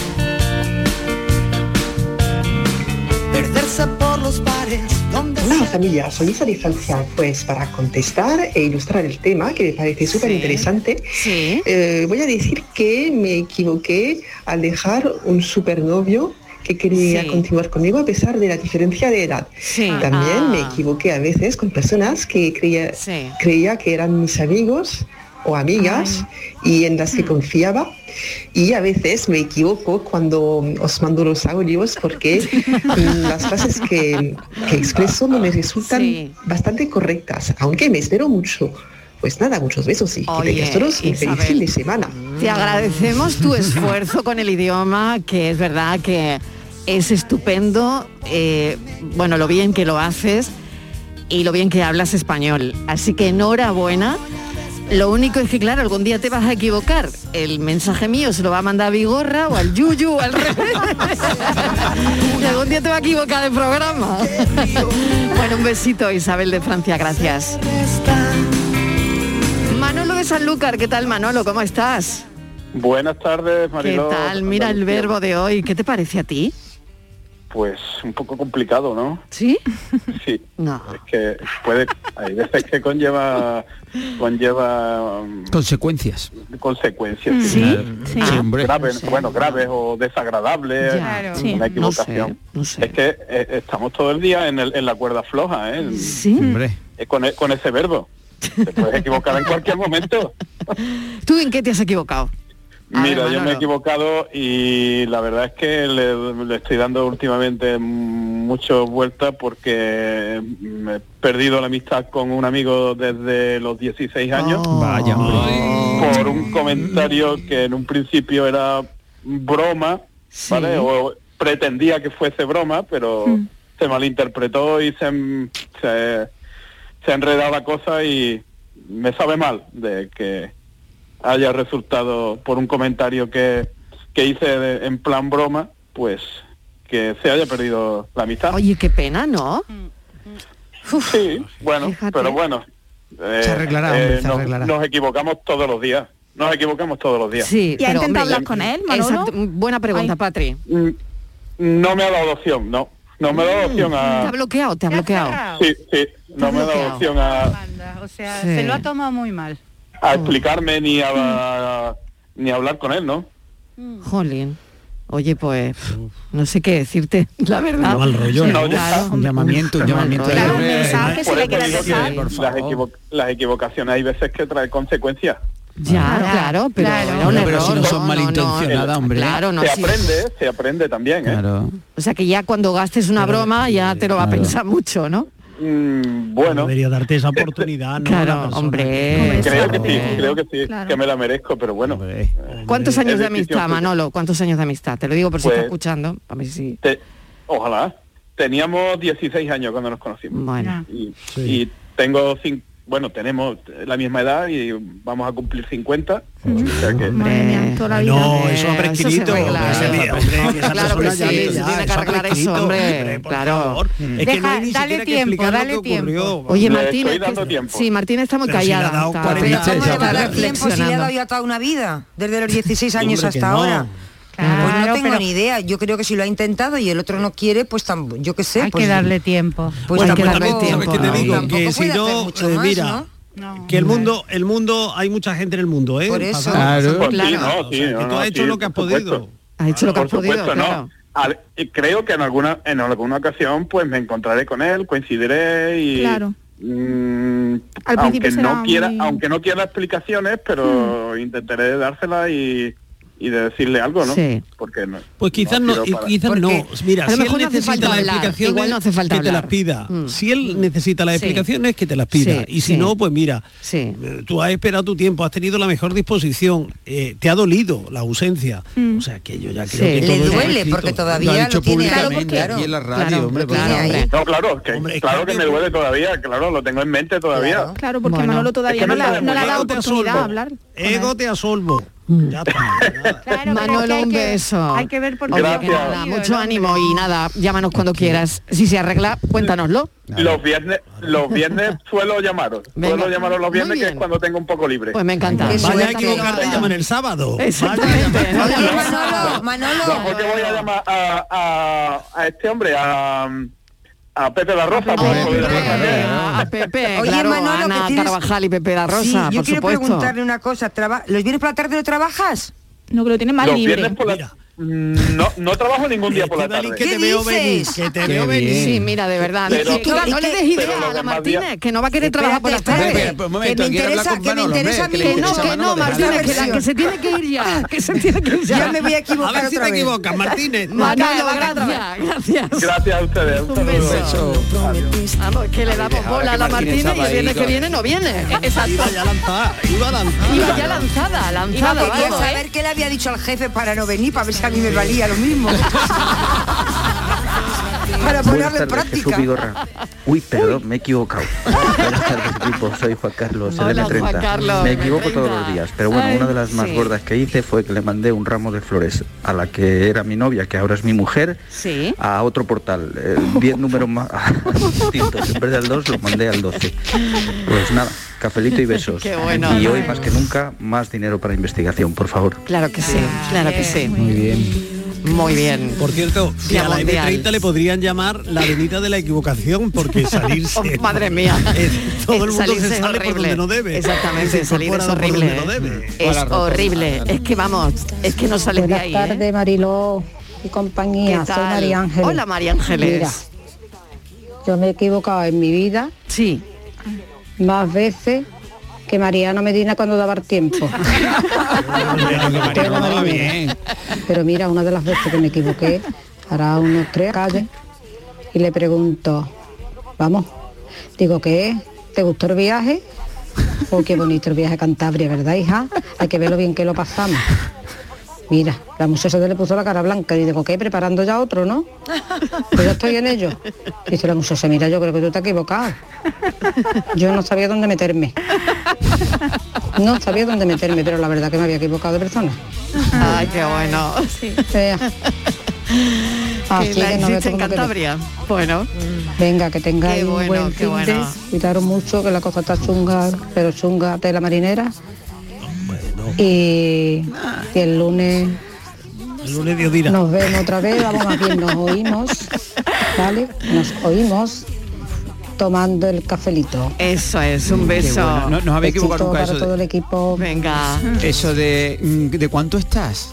Perderse por los bares donde
Hola familia, soy Isa de Francia. Pues para contestar e ilustrar el tema, que me parece súper interesante, eh, voy a decir que me equivoqué al dejar un supernovio que quería
Sí.
continuar conmigo a pesar de la diferencia de edad.
Sí.
También me
Ah.
equivoqué a veces con personas que creía,
Sí.
creía que eran mis amigos o amigas y en las que
Mm.
confiaba. Y a veces me equivoco cuando os mando los audios porque mm, las frases que, que expreso no me resultan bastante correctas, aunque me espero mucho. Pues nada, muchos besos y que
Oye,
tengáis todos un feliz
Isabel.
fin de semana.
Te agradecemos tu esfuerzo con el idioma, que es verdad que es estupendo, eh, bueno, lo bien que lo haces y lo bien que hablas español. Así que enhorabuena. Lo único es que, claro, algún día te vas a equivocar. El mensaje mío se lo va a mandar a Vigorra o al Yuyu o al revés. Y algún día te va a equivocar de programa. bueno, un besito, Isabel de Francia, gracias. Manolo de Sanlúcar, ¿qué tal Manolo? ¿Cómo estás?
Buenas tardes,
¿Qué
Mariló.
tal? Mira el verbo de hoy, ¿qué te parece a ti?
Pues un poco complicado, ¿no?
¿Sí?
Sí.
No.
Es que puede, hay veces que conlleva conlleva um,
Consecuencias.
consecuencias
Sí,
eh,
sí. Sí, hombre.
graves, bueno, graves o desagradables,
Claro. Sí.
una
No
equivocación. Es que eh, estamos todo el día en, el- en la cuerda floja, ¿eh?
Sí.
Hombre. con, e- con ese verbo. Te puedes equivocar en cualquier momento.
¿Tú en qué te has equivocado?
Mira, yo me
Manolo.
he equivocado y la verdad es que le, le estoy dando últimamente mucho vuelta porque me he perdido la amistad con un amigo desde los 16 años.
Vaya,
Por un comentario que en un principio era broma, ¿vale? O pretendía que fuese broma, pero se malinterpretó y se, en- se, se ha enredado la cosa y me sabe mal de que haya resultado por un comentario que, que hice de- en plan broma, pues que se haya perdido la amistad.
Oye, qué pena, ¿no?
sí, bueno, pero bueno. eh,
Se arreglará, hombre, se
nos-
arreglará.
Nos, equivocamos todos los días. Nos equivocamos todos los días.
Exacto, Buena pregunta, Patri.
No me ha dado opción, no. Mm, No me ha dado opción
Te ha
a...
Mm, bloqueado, te ha bloqueado.
Sí, sí, no me ha dado opción a,
O sea,
Sí.
se lo ha tomado muy mal.
a explicarme ni a, ni a hablar con él, ¿no?
Jolín. Oye, pues no sé qué decirte, la verdad.
Un mal rollo,
Ah, Sí,
¿no?
claro.
Un llamamiento, un
Mal
llamamiento.
rollo.
Claro,
un mensaje
Eh, Por eso digo que
pasar.
las, equivo- las equivocaciones hay veces que trae consecuencias.
Ya, claro, pero era un
No,
error, no, no, no. Claro, no,
se
sí.
aprende, se aprende también, ¿eh?
O sea que ya cuando gastes una broma ya te lo va a pensar mucho, ¿no?
Mm, bueno.
Debería darte esa oportunidad, ¿no?
Claro,
La persona
hombre,
que-
Creo que sí, creo que sí, que me la merezco, pero bueno. Eh,
¿Cuántos
Es
años de
decisión
amistad,
suya.
Manolo? ¿Cuántos años de amistad? Te lo digo por si
Pues-
está escuchando. A ver si...
Te- ojalá. Teníamos 16 años cuando nos conocimos.
Bueno.
Y, y tengo cin- bueno, tenemos la misma edad y vamos a cumplir 50. o sea que-
No, eso ha prescrito.
se arregla.
hombre, ese día, hombre, que esa
Claro que
persona
sí,
ya-
se
ya,
tiene que
ha
arreglar eso,
prescrito,
hombre,
por
claro.
favor. Es que no hay ni
Deja-
siquiera
dale
que
tiempo,
explicar lo
dale
que
tiempo.
ocurrió.
Oye, Martín, es que- sí, Martín está muy
Pero si le ha
callada.
dado
está-
40
está-
Vamos a dar
está
tiempo si le he
reflexionando.
dado yo toda una vida, desde los 16 años
Hombre, que
hasta
no.
ahora. pues no
Claro,
tengo
pero-
ni idea. Yo creo que si lo ha intentado y el otro no quiere, pues tam- yo qué sé.
Hay que darle tiempo.
Pues
Bueno,
tampoco-
también, ¿sabes qué te digo?
tampoco
Que si
puede hacer
no,
mucho
eh,
más,
mira,
¿no?
que el mundo, el mundo, hay mucha gente en el mundo, ¿eh?
Por eso.
Pasado,
Pues sí,
pasado.
no,
O
sí,
sea, que
no,
tú
no,
has hecho
sí,
lo que has
por supuesto.
podido.
Ha hecho lo que has
Por
podido,
supuesto,
claro.
no. Al- y creo que en alguna en alguna ocasión pues me encontraré con él, coincidiré y
Claro.
mm,
Al principio
aunque
será
no quiera
muy-
aunque no quiera explicaciones, pero intentaré dárselas y, y de decirle algo, ¿no?
Sí.
Porque no.
Pues quizás
no
no,
ha
y
sido para-
quizás no. Mira,
a lo
si él
mejor no hace
necesita
falta
las
hablar,
explicaciones,
igual no hace falta
que te las
hablar.
pida.
Mm.
Si él necesita las
Sí.
explicaciones, que te las pida.
Sí,
y si
sí.
no, pues mira,
Sí.
eh, tú has esperado tu tiempo, has tenido la mejor disposición, eh, te ha dolido la ausencia. O sea, que yo ya creo
Sí.
que
Le
todo está
duele,
escrito.
porque todavía Lo ha lo dicho tiene- claro, públicamente porque- aquí en la radio, claro, hombre, porque- claro, hombre.
No, claro, que, claro que me duele todavía, claro, lo tengo en mente todavía.
Claro, porque Manolo todavía
Es que
no, la-
me
no le ha dado
Ego te
oportunidad
asolvo.
a hablar.
Ego te asolvo. Ya está.
Mm. Manolo, un beso.
hay que ver por
Oye,
Gracias.
que nada, mucho ánimo y nada, llámanos cuando quieras. Si se arregla, cuéntanoslo.
Los viernes, los viernes suelo llamaros. Suelo llamaros los viernes, que es cuando tengo un poco libre.
Pues me encanta.
Vaya a equivocarte y llaman el sábado.
Manolo, Manolo.
Mejor que voy a llamar a, a- a este hombre, a, a Pepe La Rosa. por favor.
A Ah, Pepe,
Oye,
claro,
Manolo, que
Ana
tienes-
Carvajal y Pepe da
Sí,
Rosa,
yo
por
quiero
supuesto.
preguntarle una cosa. traba- ¿Los viernes por la tarde no trabajas?
No, que lo tiene
los viernes por la- Mm, No, no trabajo ningún día por la tarde.
que te veo venir, que te veo venir.
Sí, mira, de verdad.
Pero-
Y tú no le des idea
pero
a
los
la
demás
Martínez,
días-
que no va a querer trabajar por las
eh,
espérate,
tardes.
espérate, un momento, Que me quiero hablar interesa- con que me Manolo, hombre, interesa que le a mí.
Que no,
interesa a
que no,
Manolo, déjala.
Martínez, que, la- que se tiene que ir
Ah.
ya. Que se tiene que ir ya.
Ya me voy a equivocar
A ver si
otra
te
vez.
equivocas, Martínez.
Manolo,
Manolo,
gracias, gracias.
Gracias a ustedes. Un saludo.
Vamos, que le damos bola a la Martínez y el viernes que viene no viene. Exacto.
Iba ya lanzada, Ah, iba lanzada.
Iba ya lanzada,
Iba,
lanzada.
quería
vamos. ¿eh?
saber qué le había dicho al jefe para no venir, para ver si a mí me valía lo mismo. para ponerlo en práctica.
Uy, perdón, me he equivocado. Buenas tardes, equipo. Soy Juan Carlos,
Hola,
el M30.
Juan Carlos,
me equivoco
M30.
todos los días, pero bueno,
Ay,
una de las más
sí.
gordas que hice fue que le mandé un ramo de flores a la que era mi novia, que ahora es mi mujer,
Sí.
a otro portal. eh, 10 números más distintos. En vez del 2, lo mandé al 12. Pues nada, cafelito y besos.
Qué bueno.
y hoy, más que nunca, más dinero para investigación, por favor.
Claro que sí, claro que sí. Muy bien. Muy bien.
Por cierto, que a la
mundial.
M30 le podrían llamar la avenida de la equivocación porque salirse...
Oh, madre mía.
Eh, todo el mundo
Salirse
se
es
sale por
horrible.
donde no debe.
Exactamente,
Se
salir es
incorpora por
horrible.
donde no debe.
Es horrible. Es que vamos, es que no sales de
Buenas
ahí. ¿eh?
tardes, Mariló y compañía.
¿Qué
Soy
tal?
María Ángeles.
Hola, María Ángeles.
Mira, yo me he equivocado en mi vida.
Sí.
Más veces que Mariano Medina cuando daba el tiempo. Pero mira, una de las veces que me equivoqué, hará unos tres calles, y le pregunto, vamos, digo, ¿qué? ¿Te gustó el viaje? Oh, qué bonito el viaje a Cantabria, ¿verdad, hija? Hay que ver lo bien que lo pasamos. Mira, la muchacha se le puso la cara blanca y digo, ¿qué? Preparando ya otro, ¿no? Pues ya estoy en ello. Dice la muchacha, mira, yo creo que tú te has equivocado. Yo no sabía dónde meterme. No sabía dónde meterme, pero la verdad que me había equivocado de persona.
Ay, Ah, qué bueno.
Vea. Así
Que la
Ah, que no me
hiciste en
tengo que quejar.
Cantabria. Bueno.
Venga, que tengáis
Qué bueno,
un buen
qué
fin de,
bueno.
cuidaros mucho, que la cosa está chunga, pero chunga de la marinera. Y, y el lunes
El lunes Dios dirá.
nos vemos otra vez, vamos a bien, nos oímos, ¿vale? Nos oímos tomando el cafelito.
Eso es, un
Qué
beso.
bueno. No- no os habéis equivocado nunca
para
eso de-
todo el equipo.
Venga.
Eso de... mm, ¿De cuánto estás?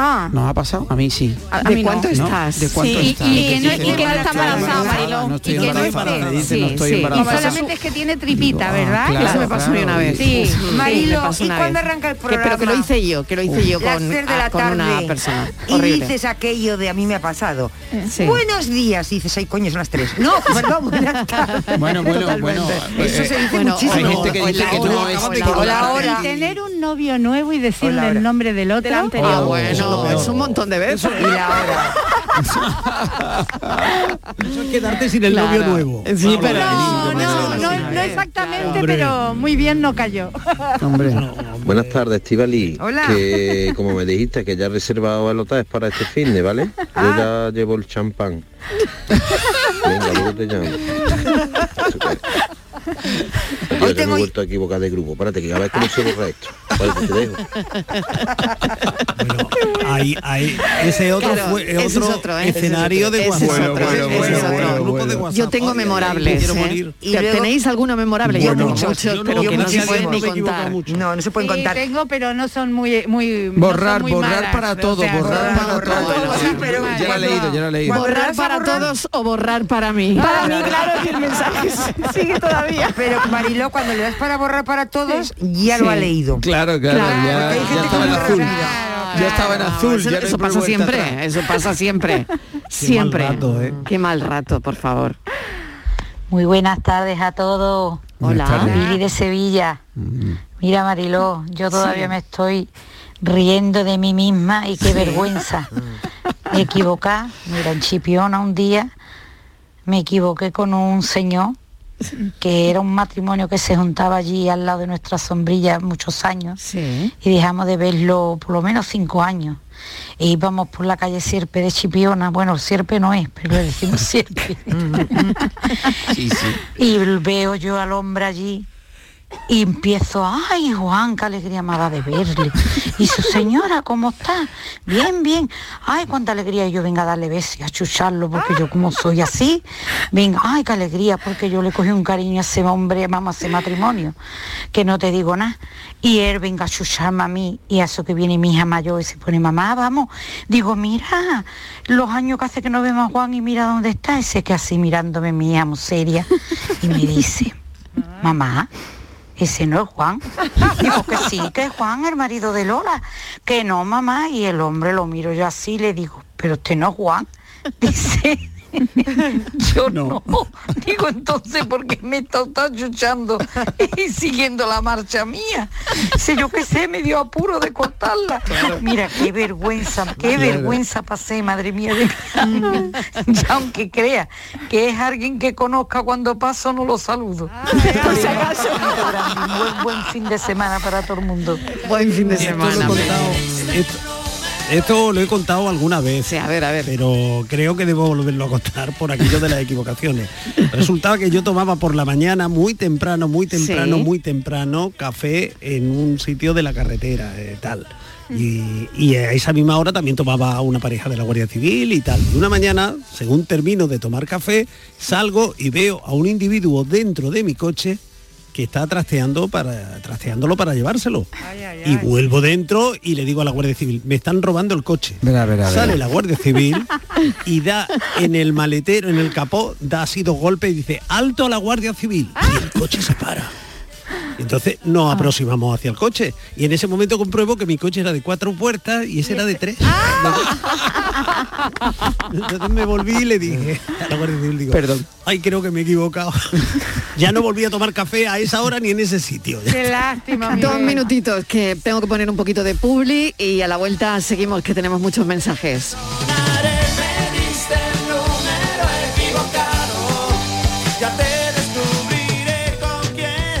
Ah,
¿Nos ha pasado? A mí sí.
A- a ¿De mí no. cuánto
¿No?
estás?
¿De cuánto
Sí, y-
estás?
y que no-
Dice,
y que no está embarazada,
No
Mariló.
estoy
Y que no
embarazada.
esté-
Dice, no
sí,
estoy
sí.
Y
embarazada. Ah,
solamente es que tiene tripita, ¿verdad?
claro,
Eso me pasó a mí una vez.
Sí.
Sí, me
Marilo,
pasó
¿y
una
cuándo
vez.
arranca el
Que- pero que lo
programa?
hice yo, que lo hice yo
Las
con,
tres de
a-
la
con una
tarde.
persona.
Y
Horrible.
dices aquello de a mí me ha pasado.
Sí.
Buenos días, y dices, ay coño, son las tres. No, pues perdón, buenas tardes.
Bueno, bueno, bueno.
eh,
Eso se dice muchísimo.
Hay gente que dice que no es...
Hola,
Y
ahora.
tener un novio nuevo y decirle el nombre del otro.
Ah, bueno, no, es un montón de veces.
Y la Eso es quedarte sin el novio nuevo.
Sí, pero-
No, no, no, no exactamente, pero muy bien no cayó.
Hombre. Buenas tardes, Estivali.
Hola.
Que como me dijiste que ya he reservado el hotel para este fin de, ¿vale? Yo ya llevo el champán. Venga, luego te llamo. Yo ya me he vuelto a equivocar de grupo. Espérate, que a ver cómo se borra esto. Vale, pues te dejo.
Ahí, ahí, ese otro
Claro,
fue
ese es
otro,
otro, ¿eh? Ese es
escenario
otro,
de
ese es
WhatsApp.
otro, Bueno, ese bueno, es otro. bueno,
Grupo de
bueno.
WhatsApp.
Yo tengo
Ay, ay, ay,
memorables.
quiero
¿eh?
morir.
¿Te- ¿Tenéis alguno memorable? Yo tengo muchos, pero que no se pueden ni contar.
No, no se
Sí, tengo, pero no son muy... muy no
Borrar,
son muy
borrar
malas.
para todo,
O sea,
borrar para todo. ya lo he leído, ya lo he leído.
Borrar para todos o borrar para mí.
Para mí, claro, si el mensaje
sigue todavía.
Pero Mariló, cuando le das para borrar para todos, ya lo ha
Sí.
leído.
Claro, claro, ya, ya estaba en azul. ya estaba en azul.
Eso,
ya no hay
eso pasa
vuelta
siempre,
atrás.
eso pasa siempre. siempre. Qué mal rato, por favor.
Muy buenas tardes a todos.
Buenas Hola. tardes.
Lili de Sevilla. Mira Mariló, yo todavía
Sí.
me estoy riendo de mí misma y qué
Sí.
vergüenza. Me equivoqué, mira, en Chipiona un día me equivoqué con un señor que era un matrimonio que se juntaba allí al lado de nuestra sombrilla muchos años y dejamos de verlo por lo menos cinco años. E íbamos por la calle Sierpe de Chipiona, bueno, Sierpe no es, pero le decimos Sierpe. Y veo yo al hombre allí y empiezo, ay Juan, qué alegría me da de verle. Y su señora, ¿cómo está? Bien, bien. Ay, cuánta alegría Y yo venga a darle besos y a chucharlo, porque yo como soy así, venga, ay, qué alegría, porque yo le cogí un cariño a ese hombre, vamos a ese matrimonio, que no te digo nada. Y él venga a chucharme a mí, y a eso que viene mi hija mayor y se pone, mamá, vamos. Digo, mira, los años que hace que no vemos a Juan y mira dónde está, ese que así mirándome mi hija muy seria, y me dice, mamá. Ese no es Juan. Digo que sí, que es Juan, el marido de Lola. Que no, mamá. Y el hombre lo miro yo así y le digo, pero este no es Juan. Dice, yo no. Digo, entonces, ¿por qué me está usted chuchando y siguiendo la marcha mía? Dice, yo qué sé, me dio apuro de cortarla. Mira, qué vergüenza, qué
Claro.
vergüenza pasé, madre mía. De mi alma. Ya aunque crea que es alguien que conozca, cuando paso no lo saludo. Por si acaso. Buen, buen fin de semana para todo el mundo.
Buen fin de semana.
Esto, esto lo he contado alguna vez.
a ver, a ver.
Pero creo que debo volverlo a contar por aquello de las equivocaciones. Resultaba que yo tomaba por la mañana muy temprano, muy temprano,
Sí.
muy temprano café en un sitio de la carretera, eh, tal. Y, y a esa misma hora también tomaba una pareja de la Guardia Civil y tal. Y una mañana, según termino de tomar café, salgo y veo a un individuo dentro de mi coche que está trasteando para, trasteándolo para llevárselo. y vuelvo dentro y le digo a la Guardia Civil, me están robando el coche.
verá.
Sale la Guardia Civil y da en el maletero, en el capó, da así dos golpes y dice, alto a la Guardia Civil. Y el coche se para. Y Entonces nos aproximamos hacia el coche y en ese momento compruebo que mi coche era de cuatro puertas y ese era de tres. Entonces me volví y le dije, a la Guardia Civil digo, perdón, ay creo que me he equivocado. ya no volví a tomar café a esa hora ni en ese sitio.
lástima.
Dos minutitos que tengo que poner un poquito de publi y a la vuelta seguimos que tenemos muchos mensajes.
Me diste el número equivocado, ya te descubriré con quién.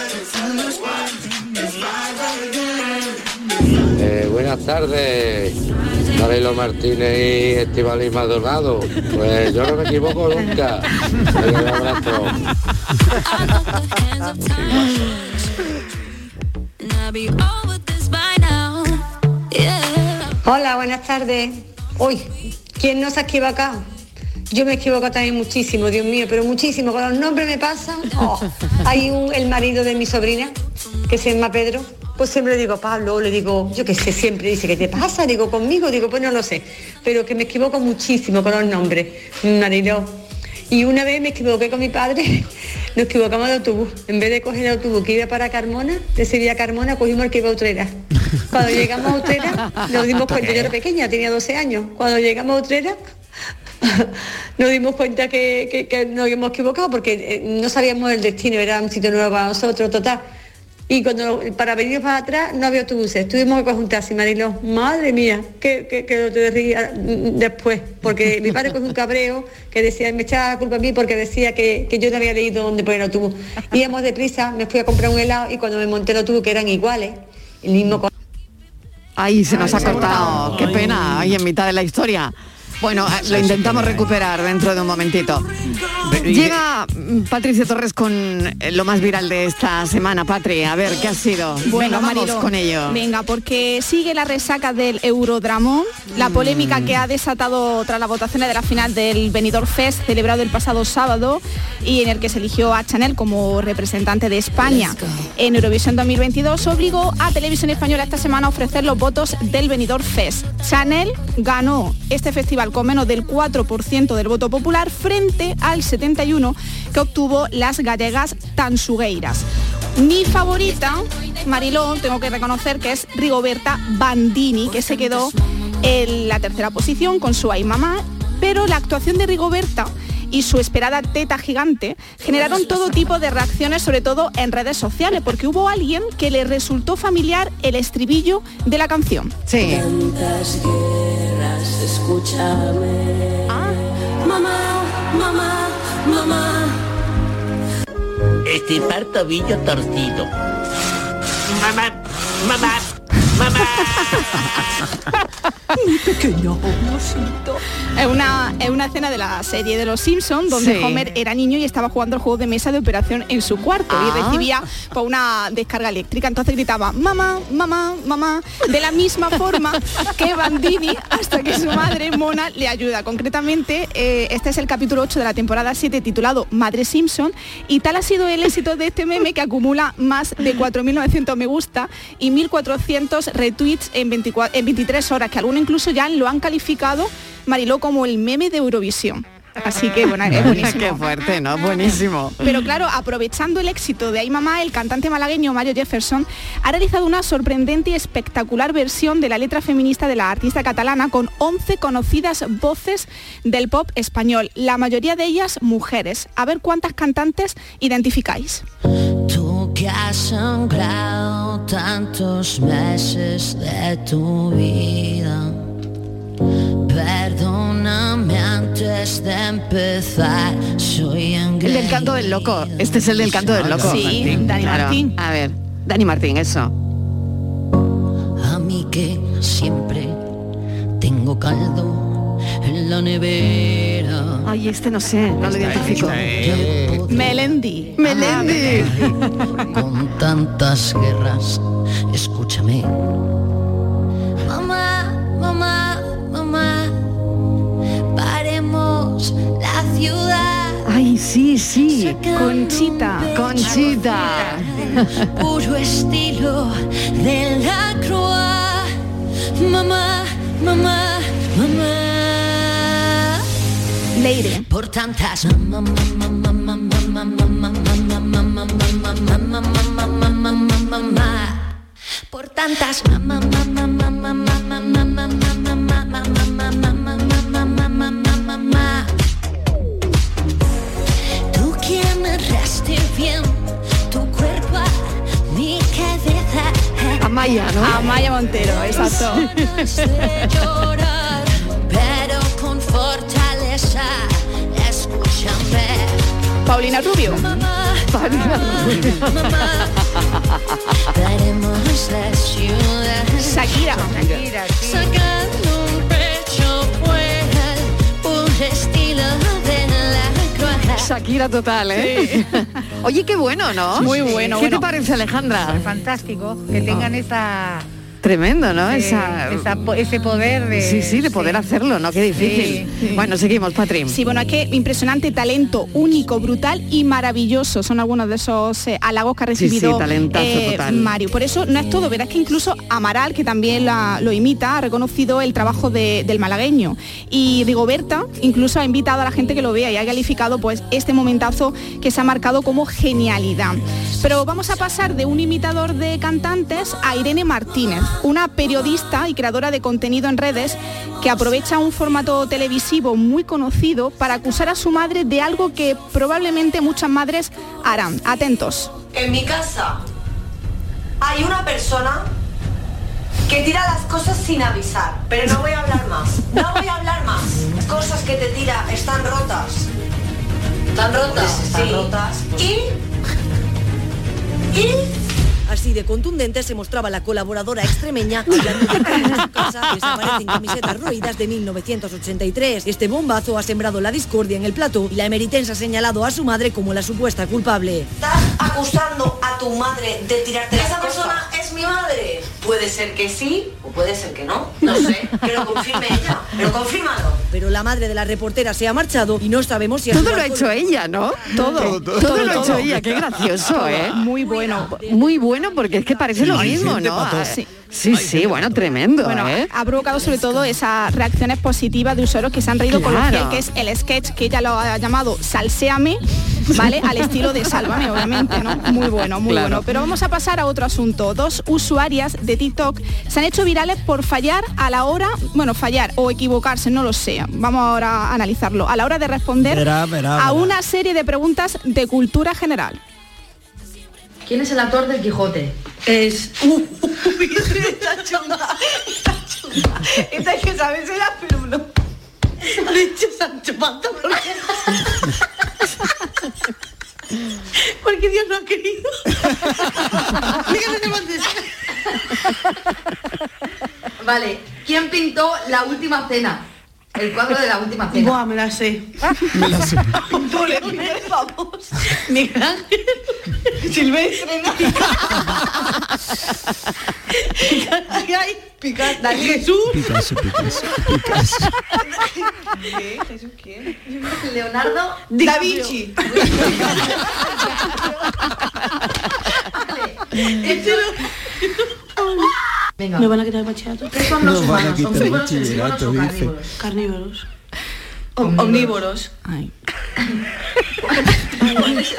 Eh, buenas tardes, Marilo Martínez y Estival Maldonado. Pues yo no me equivoco nunca. Un abrazo.
Hola, buenas tardes. Hoy, ¿quién no se ha equivocado? Yo me equivoco también muchísimo, Dios mío, pero muchísimo. Con los nombres me pasa. oh, hay un, el marido de mi sobrina, que se llama Pedro. Pues siempre le digo, Pablo, o le digo, yo qué sé, siempre dice, ¿qué te pasa? Digo, conmigo, digo, pues no lo sé. Pero que me equivoco muchísimo con los nombres, mi marido. Y una vez me equivoqué con mi padre, nos equivocamos de autobús. En vez de coger el autobús que iba para Carmona, de Sevilla a Carmona, cogimos el que iba a Utrera. Cuando llegamos a Utrera, nos dimos cuenta, yo era pequeña, tenía 12 años. Cuando llegamos a Utrera, nos dimos cuenta que, que- que nos habíamos equivocado porque eh, no sabíamos el destino, era un sitio nuevo para nosotros, total. Y cuando para venir para atrás no había autobuses, tuvimos que coger un taxi, Marilo. Madre mía, que, que, que no te rías mm, después, porque mi padre con un cabreo que decía, me echaba la culpa a mí porque decía que, que yo no había leído dónde poner el autobús. Íbamos deprisa, me fui a comprar un helado y cuando me monté el autobús, que eran iguales, el mismo... co-
Ahí se nos ha cortado. Qué pena, ahí en mitad de la historia. Bueno, eh, lo intentamos recuperar dentro de un momentito. Llega mm, Patricia Torres con eh, lo más viral de esta semana, Patri. A ver, ¿qué ha sido? Venga,
Bueno,
vamos
Mariló,
con ello.
Venga, porque sigue la resaca del Eurodramón, la
Mm.
polémica que ha desatado tras las votaciones de la final del Benidorm Fest celebrado el pasado sábado y en el que se eligió a Chanel como representante de España. En Eurovisión 2022 obligó a Televisión Española esta semana a ofrecer los votos del Benidorm Fest. Chanel ganó este festival con menos del 4% del voto popular frente al 71 que obtuvo las gallegas Tansugueiras. Mi favorita, Marilón, tengo que reconocer que es Rigoberta Bandini, que se quedó en la tercera posición con su Ay Mamá, pero la actuación de Rigoberta y su esperada teta gigante generaron todo tipo de reacciones, sobre todo en redes sociales, porque hubo alguien que le resultó familiar el estribillo de la canción.
Sí.
Tantas guerras, escúchame. Mamá, mamá, mamá.
Estipar tobillo torcido. Mamá, mamá,
Mi pequeño osito. Es una, es una escena de la serie de los Simpsons donde
Sí.
Homer era niño y estaba jugando al juego de mesa de operación en su cuarto
Ah.
y recibía pues, una descarga eléctrica. Entonces gritaba, mamá, mamá, mamá, de la misma forma que Bandini hasta que su madre Mona le ayuda. Concretamente, eh, este es el capítulo 8 de la temporada 7 titulado Madre Simpson y tal ha sido el éxito de este meme que acumula más de 4.900 me gusta y 1.400 retweets en, 24 en 23 horas, que algunos incluso ya lo han calificado, Mariló, como el meme de Eurovisión. Así que bueno, es buenísimo.
Qué fuerte, ¿no? Buenísimo.
Pero claro, aprovechando el éxito de Ay Mamá, el cantante malagueño Mario Jefferson ha realizado una sorprendente y espectacular versión de la letra feminista de la artista catalana con 11 conocidas voces del pop español, la mayoría de ellas mujeres. A ver cuántas cantantes identificáis.
Tú que has sangrado tantos meses de tu vida. Perdóname antes de empezar. Soy
El del canto del loco. Este es el del canto del loco.
Sí, Dani
Claro.
Martín.
A ver, Dani Martín, eso.
A mí que siempre tengo caldo en la nevera. eh.
Ay, este no sé, no lo identifico. Ah,
Melendi.
Melendi.
Con tantas guerras, escúchame.
Mamá, mamá, mamá, paremos la ciudad.
Ay, sí, sí.
Conchita.
Conchita.
Puro estilo de la croa. Mamá, mamá, mamá.
Leire.
Por tantas. Mamá, mamá, mamá, mamá, mamá, mamá, mamá, mamá, mamá, mamá, mamá, mamá, mamá. Por tantas. Mamá, mamá, mamá, mamá, mamá, mamá, mamá, mamá, mamá, mamá, mamá, mamá, mamá. Tú que amarraste bien tu cuerpo a mi cabeza.
Amaya, ¿no?
Amaya Montero, exacto.
de llorar, pero con fortaleza. Escúchame.
Paulina Rubio.
Paulina
Veremos la ciudad.
Shakira.
Sacando un pecho fuera, un estilo de la croata.
Shakira total, ¿eh? Oye, qué bueno, ¿no?
Muy bueno,
¿Qué
bueno.
te parece, Alejandra?
Fantástico, que tengan esa,
Tremendo, ¿no?
eh,
Esa-
esa po- ese poder de...
Sí, sí, de poder hacerlo, ¿no? Qué difícil. Bueno, seguimos, Patrim.
Sí, bueno, es que impresionante talento, único, brutal y maravilloso. Son algunos de esos eh, halagos que ha
Sí, sí,
recibido eh,
talentazo total.
Mario. Por eso no es todo, verás que incluso Amaral, que también la- lo imita, ha reconocido el trabajo de- del malagueño. Y Rigoberta incluso ha invitado a la gente que lo vea y ha calificado pues este momentazo que se ha marcado como genialidad. Pero vamos a pasar de un imitador de cantantes a Irene Martínez, una periodista y creadora de contenido en redes que aprovecha un formato televisivo muy conocido para acusar a su madre de algo que probablemente muchas madres harán. Atentos.
En mi casa hay una persona que tira las cosas sin avisar, pero no voy a hablar más. No voy a hablar más. Cosas que te tira están rotas.
Están rotas, están
sí.
rotas, pues.
Y
Y así de contundente se mostraba la colaboradora extremeña hablando de que en su casa desaparecen camisetas roídas de 1983. Este bombazo ha sembrado la discordia en el plato y la emeritense ha señalado a su madre como la supuesta culpable.
acusando a tu madre de tirarte las
¿Esa
cosas.
persona es mi madre?
Puede ser que sí o puede ser que no. No sé, que lo confirme ella. Pero confírmalo.
Pero la madre de la reportera se ha marchado y no sabemos si...
Todo lo ha hecho ella, ¿no? Todo. Todo, lo ha hecho ella, qué gracioso, ¿eh?
Muy bueno.
Muy bueno porque es que parece lo
Hay
mismo,
gente
¿no?
pa' todo.
Ah, Sí, sí, bueno, tremendo,
Bueno,
¿eh?
ha provocado sobre todo esas reacciones positivas de usuarios que se han reído con lo
Claro.
fiel que es el sketch que ella lo ha llamado Salséame, ¿vale? Al estilo de Sálvame, obviamente, ¿no? Muy bueno, muy
Claro.
bueno. Pero vamos a pasar a otro asunto. Dos usuarias de TikTok se han hecho virales por fallar a la hora, bueno, fallar o equivocarse, no lo sé. Vamos ahora a analizarlo. A la hora de responder
Verá, verá,
a
verá.
una serie de preguntas de cultura general.
¿Quién es el actor del Quijote? Es...
uh,
Esta chunga. Esta que sabes era, pero no. Le echas Sancho Panza porque... porque Dios no ha querido. Dígame que mandes.
Vale, ¿quién pintó la última cena? El cuadro de la última cena.
Buah, me la sé. Me la sé. Pintores muy famosos. Miguel Ángel. Silvestre. ¿no? Ay, ay, Picasso. Dani Jesús.
Picasso, Picasso, Picasso.
¿Qué? ¿Jesús quién?
Leonardo
Da Vinci.
Venga.
Me van a quitar el bachillerato.
¿Qué son los Nos van a humanos? quitar el ¿Omnívoros,
bachillerato,
herbívoros o dice. carnívoros?
Carnívoros. Omnívoros.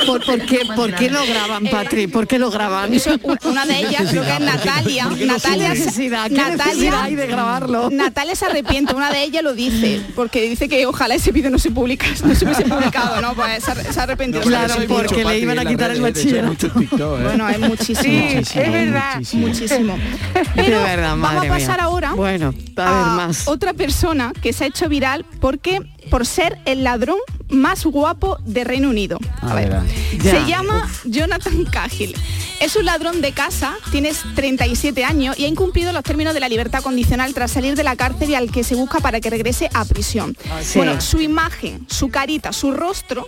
¿Por, por qué, ¿Por qué lo graban, Patri? ¿Por qué lo graban?
Eso, una de ellas creo que es Natalia. Natalia,
¿Qué necesidad? ¿Qué necesidad hay de grabarlo?
Natalia se arrepiente, una de ellas lo dice, porque dice que ojalá ese vídeo no se publica, no se hubiese publicado, ¿no? Pues se ha- se ha arrepentido.
Claro, porque le iban a quitar el bachillerato.
Bueno, hay muchísimo.
Sí, Muchísimo, es verdad.
Muchísimo.
muchísimo.
Pero
De verdad,
vamos
madre
a
mía.
pasar ahora
Bueno, a ver
a
más.
otra persona que se ha hecho viral porque por ser el ladrón más guapo de Reino Unido.
A ver.
Se llama Jonathan Cahill. Es un ladrón de casa, tiene 37 años y ha incumplido los términos de la libertad condicional tras salir de la cárcel y al que
Ah,
se busca para que regrese a prisión.
Sí.
Bueno, su imagen, su carita, su rostro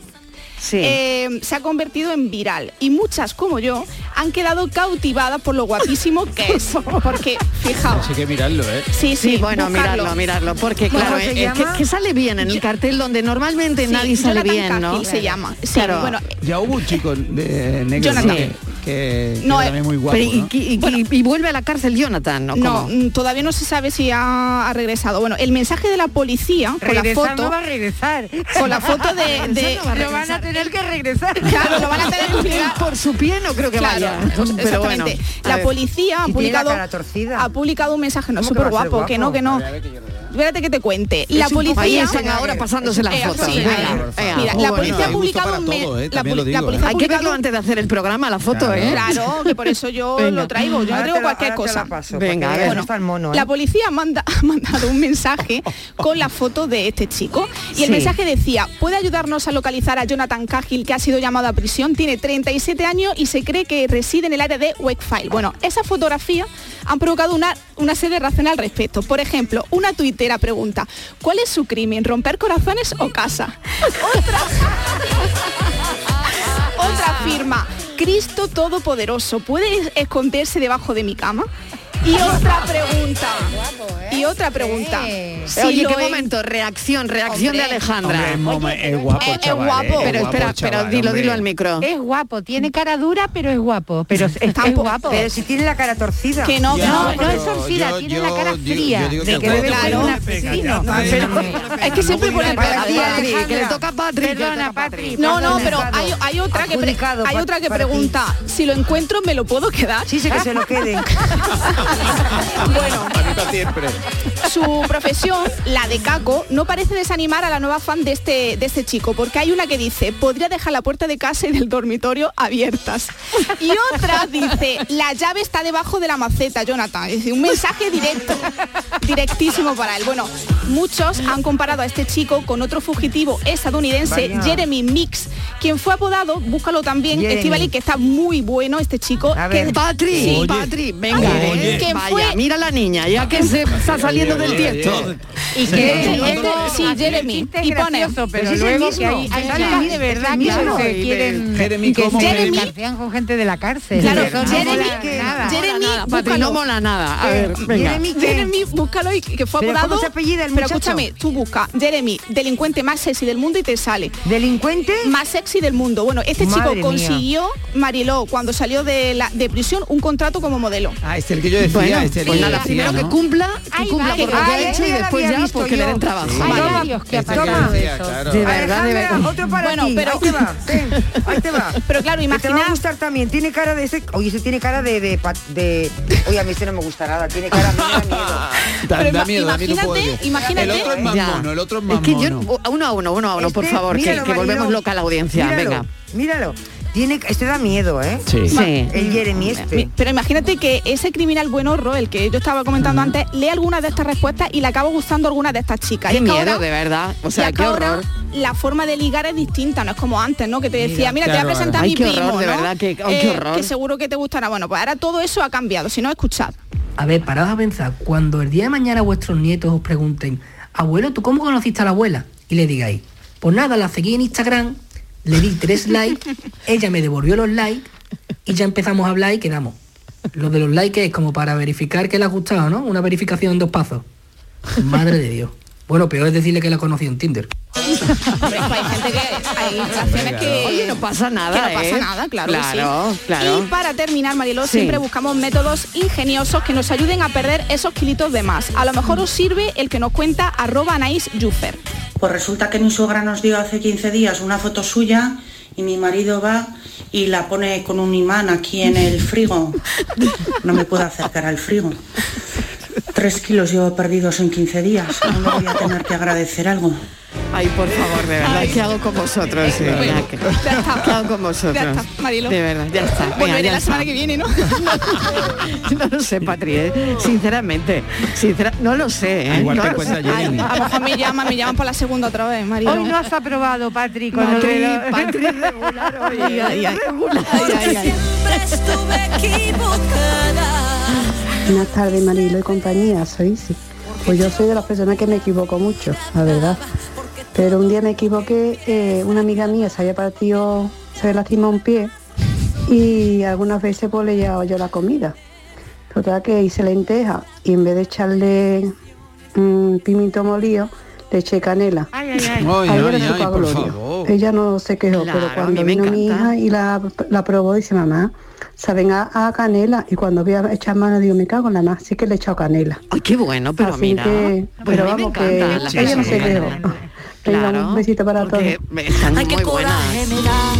eh, se ha convertido en viral. Y muchas, como yo, han quedado cautivadas por lo guapísimo que es. Porque, fijaos,
Así que mirarlo, ¿eh?
Sí, sí,
bueno,
buscarlo.
mirarlo, mirarlo, porque
Bueno,
claro,
se
es que,
llama-
que sale bien en el cartel donde normalmente
Sí,
nadie sale
Jonathan
bien, ¿no?
Caffi se llama. Sí,
Claro.
bueno,
Ya hubo un chico de negro
Jonathan.
que, que, que
eh,
también muy guapo.
Pero y,
¿no?
y- y- y vuelve a la cárcel Jonathan, ¿no?
No,
¿Cómo?
mm, todavía no se sabe si ha, ha regresado. Bueno, el mensaje de la policía con la
Regresar
foto.
no va a regresar.
Con la foto de.
Regresar
de-
no va a Lo van a tener que regresar.
Claro, lo van a tener que obligar.
Por su pie no creo que
Claro,
vaya.
pues,
Pero bueno,
exactamente.
a
la
ver.
policía ha
Y tiene la
publicado,
cara
ha publicado un mensaje no
¿Cómo que va
súper
a ser
guapo, que no,
guapo?
que no.
A ver,
Espérate que te cuente.
Es
La
un poco-
policía
Ahí están ahora pasándose las
Eh,
fotos.
sí,
Venga,
claro.
venga. Muy
Mira, la
bueno.
policía ha publicado un me- la poli- la policía ha
Hay que verlo
publicado-
antes de hacer el programa, la foto, ¿eh?
Claro, que por eso yo
Venga.
lo traigo. Yo no
Ahora
traigo
te la-
cualquier
ahora te la
cosa.
paso, Venga, porque a ver. no está el mono, ¿eh?
La policía manda, ha mandado un mensaje con la foto de este chico. Y el
Sí.
mensaje decía, ¿puede ayudarnos a localizar a Jonathan Cahill, que ha sido llamado a prisión? Tiene 37 años y se cree que reside en el área de Wakefield. Bueno, esas fotografías han provocado una, una serie de razones al respecto. Por ejemplo, una tuitera pregunta, ¿cuál es su crimen? ¿Romper corazones o casa?
Ah.
Otra firma, Cristo Todopoderoso, ¿puede esconderse debajo de mi cama? Y otra pregunta. Y otra pregunta. Si
¿eh? Oye,
lo
qué
en-
momento, reacción, reacción
Hombre.
de Alejandra.
Hombre, es momo- es guapo,
es
chaval,
guapo.
eh, es
Pero espera,
guapo,
pero
chaval,
dilo,
hombre.
dilo al micro.
Es guapo, tiene cara dura, pero es guapo. Pero es, es
Tampoco-
guapo.
pero si tiene la cara torcida.
Que no, Ya, no, no es
pero
torcida,
yo-
tiene la
yo
cara
digo-
fría.
yo digo
De
que
que
es
debe
guapo.
ser un asesino. Pero-
Es que siempre pone el
Patri,
Alejandra.
que le toca a Patri, que le toca a Patri.
No, no,
Perdona,
pero
Alejandro.
hay, hay otra que, pre-
Adjudicado
hay
pa-
otra que
para ti.
pregunta, si lo encuentro me lo puedo quedar. Sí,
sé que se lo quede.
bueno, su profesión, la de Caco, no parece desanimar a la nueva fan de este, de este chico, porque hay una que dice, podría dejar la puerta de casa y del dormitorio abiertas. Y otra dice, la llave está debajo de la maceta, Jonathan. Es decir, un mensaje directo, directísimo para él. Bueno, muchos han comparado a este chico con otro fugitivo estadounidense,
Vaya.
Jeremy Mix, quien fue apodado, búscalo también,
Jeremy.
Estivali, que está muy bueno este chico.
ver.
Que,
Patri,
Sí.
Patri, venga,
Oye.
eh,
¿Quién
vaya,
fue?
mira la niña, ya que se está saliendo del tiesto. Sí.
Y que
Sí.
este- sí, Jeremy. Y pone.
gracioso, pero luego que hay, hay chicas de verdad que se quieren
Jeremy,
y que
¿cómo?
se
Jeremy.
cartean con gente de la cárcel.
Claro,
Eso no
Jeremy,
mola
que-
nada.
Jeremy, Mola nada, Patri, búscalo. no mola nada. A
Eh,
ver, venga.
Jeremy,
¿qué?
Jeremy, búscalo y que fue
¿Pero cómo
apodado.
se apellida el
pero
muchacho?
escúchame, tú busca Jeremy, delincuente más sexy del mundo y te sale. ¿Delincuente? Más sexy del mundo. Bueno, este
Madre
chico
mía.
consiguió, Mariló, cuando salió de, la, de prisión, un contrato como modelo.
Ah, este el que yo decía,
Bueno,
este el
pues
que yo
nada,
decía,
primero que
¿no?
cumpla,
Ahí
que cumpla
va,
por
que-
lo que
ay,
ha hecho y
ya lo
después
había
ya
visto
pues que le
yo.
den trabajo.
Sí.
Vale.
Hay varios que
Este
aparecen.
que
Toma.
claro.
De
verdad, de verdad.
otro para
Bueno,
ti.
pero-
ahí te va. ten, ahí te va.
Pero claro,
Que Te va
imagina-
a gustar también. Tiene cara de ese. Oye, ese tiene cara de de, pa- de- Oye, a mí ese no me gusta nada. Tiene cara me da miedo.
Da,
Pero
da
ima-
miedo, da miedo un poco
imagínate-
yo.
imagínate-
El otro es más
Ya.
mono, el otro es más
Es que
mono.
yo, uno a uno, uno a uno, por
Este,
favor, que-
míralo,
que, volvemos
Mariló.
loca la audiencia.
Míralo,
Venga.
Míralo. Tiene, este da miedo, ¿eh?
Sí. Sí.
El Jeremy
Mm. Mi-
este.
Pero imagínate que ese criminal buen horror, el que yo estaba comentando
Mm.
antes, lee alguna de estas respuestas y le acaba gustando alguna de estas chicas. Y
Qué
es que
miedo,
ahora-
de verdad. O
y
sea,
es
qué
que ahora
horror.
la forma de ligar es distinta, no es como antes, ¿no? Que te decía, mira, te
claro,
voy a
ahora.
presentar a mi
Ay, qué horror,
primo,
de
¿no? Eh,
verdad, que- ay, qué horror.
que seguro que te gustará. Bueno, pues ahora todo eso ha cambiado, si no, escuchad.
A ver, paraos a pensar, cuando el día de mañana vuestros nietos os pregunten, abuelo, ¿tú cómo conociste a la abuela? Y le digáis, pues nada, la seguí en Instagram, le di tres likes, ella me devolvió los likes y ya empezamos a hablar y quedamos. Lo de los likes es como para verificar que le ha gustado, ¿no? Una verificación en dos pasos. Madre de Dios. Bueno, peor es decirle que la conocí en Tinder.
hay gente que hay relaciones que
Oye, no pasa nada,
que no pasa
¿eh?
nada claro, que
Claro,
sí.
claro.
y para terminar Mariló
Sí.
siempre buscamos métodos ingeniosos que nos ayuden a perder esos kilitos de más a lo mejor os sirve el que nos cuenta arroba Anaís Yufer
Pues resulta que mi suegra nos dio hace 15 días una foto suya y mi marido va y la pone con un imán aquí en el frigo. No me puedo acercar al frigo. Tres kilos llevo perdidos en 15 días. No me voy a tener que agradecer algo.
Ay, por favor, de verdad, ¿qué hago con vosotros? Sí,
bueno,
verdad que- ¿Qué hago con vosotros?
Ya está, Mariló.
De verdad, ya está. venga,
volveré
ya
la
está.
semana que viene no
No lo sé, Patri, ¿eh? sinceramente. sincera- no lo sé. ¿eh?
Igual
No
te
lo
cuenta
sé.
Jenny. A lo mejor me llaman, me llaman para la segunda otra vez, Mariló.
Hoy no has aprobado, Patri, con
Patri,
el
Patri regular
hoy.
Ay, ay, ay.
Siempre estuve equivocada.
Buenas tardes, Marilo y compañía, soy Isi. Pues yo soy de las personas que me equivoco mucho, la verdad. Pero un día me equivoqué, eh, una amiga mía se había partido, se había lastimado un pie y algunas veces pues le llevaba yo la comida. Total que hice lenteja y en vez de echarle mm, pimiento molido, le eché canela.
ay.
Ahí
Ay,
era
ay,
su
ay, por
pagloria.
Oh.
favor.
Ella no se quejó,
Claro,
pero
a mí
cuando
me
vino mi
encanta.
hija y la, la probó, dice mamá, saben a, a canela y cuando voy a echar mano digo, me cago en la más, sí que le he echado canela.
Ay, qué bueno, Ah, pero
Así
mira.
que-
Pues
pero
a mí me
vamos, que
encantan las
ella no
cosas
se
que
quejó.
ganan.
Venga,
Claro,
un besito para todos.
porque están
Ay, qué
muy buenas.
me da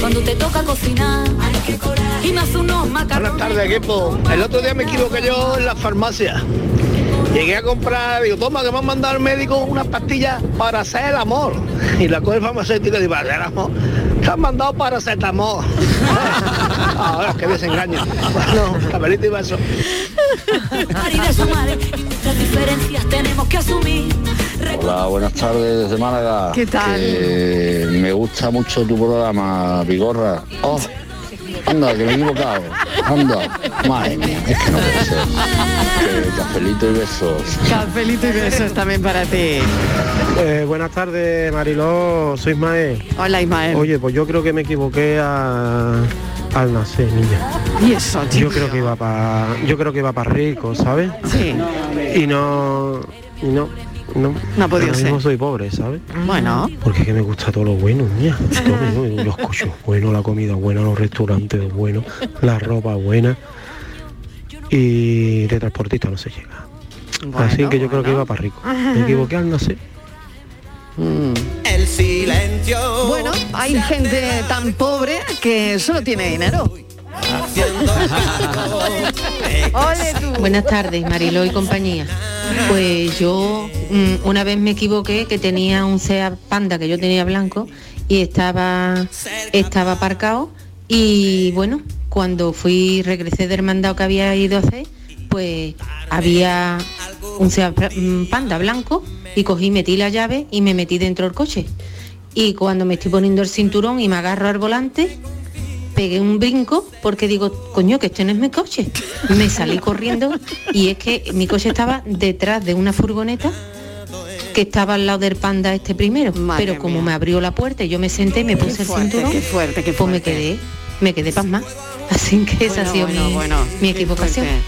cuando te toca cocinar y más unos macarrones.
Buenas tardes, equipo. El otro día me equivoqué yo en la farmacia. Llegué a comprar, digo, toma, que me han mandado al médico una pastilla para hacer el amor. Y la coge el farmacéutico y digo, "Vale, el amor. Te han mandado para amor. Ahora, qué desengaño. Bueno, cabelito y beso.
Par y de sumar, las diferencias tenemos que asumir.
Hola, buenas tardes desde Málaga.
¿Qué tal?
Que me gusta mucho tu programa, Vigorra. Oh, anda, que me he equivocado. Anda, madre mía, es que no puede ser. Eh, Cafelito y besos.
Cafelito y besos también para ti.
Eh, buenas tardes, Mariló, soy Ismael.
Hola, Ismael.
Oye, pues yo creo que me equivoqué a- al nacer, niña.
Y eso,
Yo
tío.
creo que iba para yo creo que iba para rico, ¿sabes?
Sí.
Y no y no no
No ha podido
ahora mismo
ser.
soy pobre, ¿sabes?
Bueno.
Porque es que me gusta todo lo bueno, niña. Todo lo bueno, los cochos buenos, la comida buena, los restaurantes buenos, la ropa buena. Y de transportista no se llega. Así que yo creo que iba para rico. Me equivoqué al nacer.
El silencio.
Bueno, hay gente tan pobre que solo tiene dinero.
Oh,
Buenas tardes, Mariló y compañía. Pues yo mm, una vez me equivoqué que tenía un SEA Panda que yo tenía blanco y estaba, estaba aparcado y bueno, cuando fui, regresé del mandado que había ido a hacer, pues había un SEA pra- mm, Panda blanco y cogí, metí la llave y me metí dentro del coche. Y cuando me estoy poniendo el cinturón y me agarro al volante, pegué un brinco porque digo, coño, que este no es mi coche. Me salí corriendo y es que mi coche estaba detrás de una furgoneta que estaba al lado del panda este primero.
Madre
Pero como
mía.
me abrió la puerta y yo me senté, me
Qué
puse
fuerte,
el cinturón,
qué fuerte, qué
pues me
fuerte.
quedé, me quedé pasmada. Así que esa
Bueno,
ha sido
bueno,
mi,
bueno,
mi
qué
equivocación.
fuerte.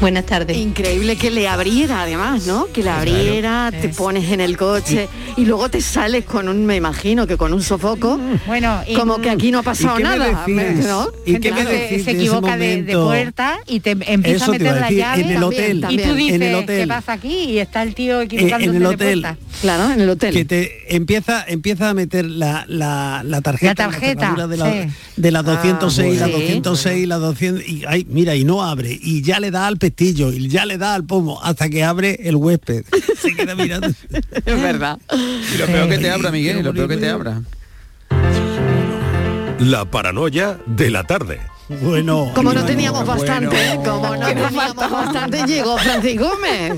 Buenas tardes.
Increíble que le abriera además, ¿no? Que le abriera, te pones en el coche y luego te sales con un, me imagino que con un sofoco.
Bueno, y-
como que aquí no ha pasado
¿Y qué me
nada.
decías?
¿no?
¿Y qué me decís
se
de ese equivoca de- de momento? puerta y te empieza
Eso te iba
a meter
a
la
decir,
llave
en el hotel,
y tú dices
en el
qué
hotel.
pasa aquí y está el tío
Eh,
equivocándose
en el
de
hotel.
puerta.
Claro, en el hotel.
Que te empieza, empieza a meter la, la, la tarjeta.
La tarjeta,
cerradura de, la,
sí.
de la
Ah,
206, la
bueno.
206, la 200. Y, ay, mira, y no abre. Y ya le da al pestillo, y ya le da al pomo, hasta que abre el huésped. Se queda mirando.
es verdad.
Y lo peor que te abra, Miguel, y lo peor que te abra.
La paranoia de la tarde.
Bueno.
Como no teníamos bastante, como no
Que nos
teníamos bastante, llegó Francis Gómez.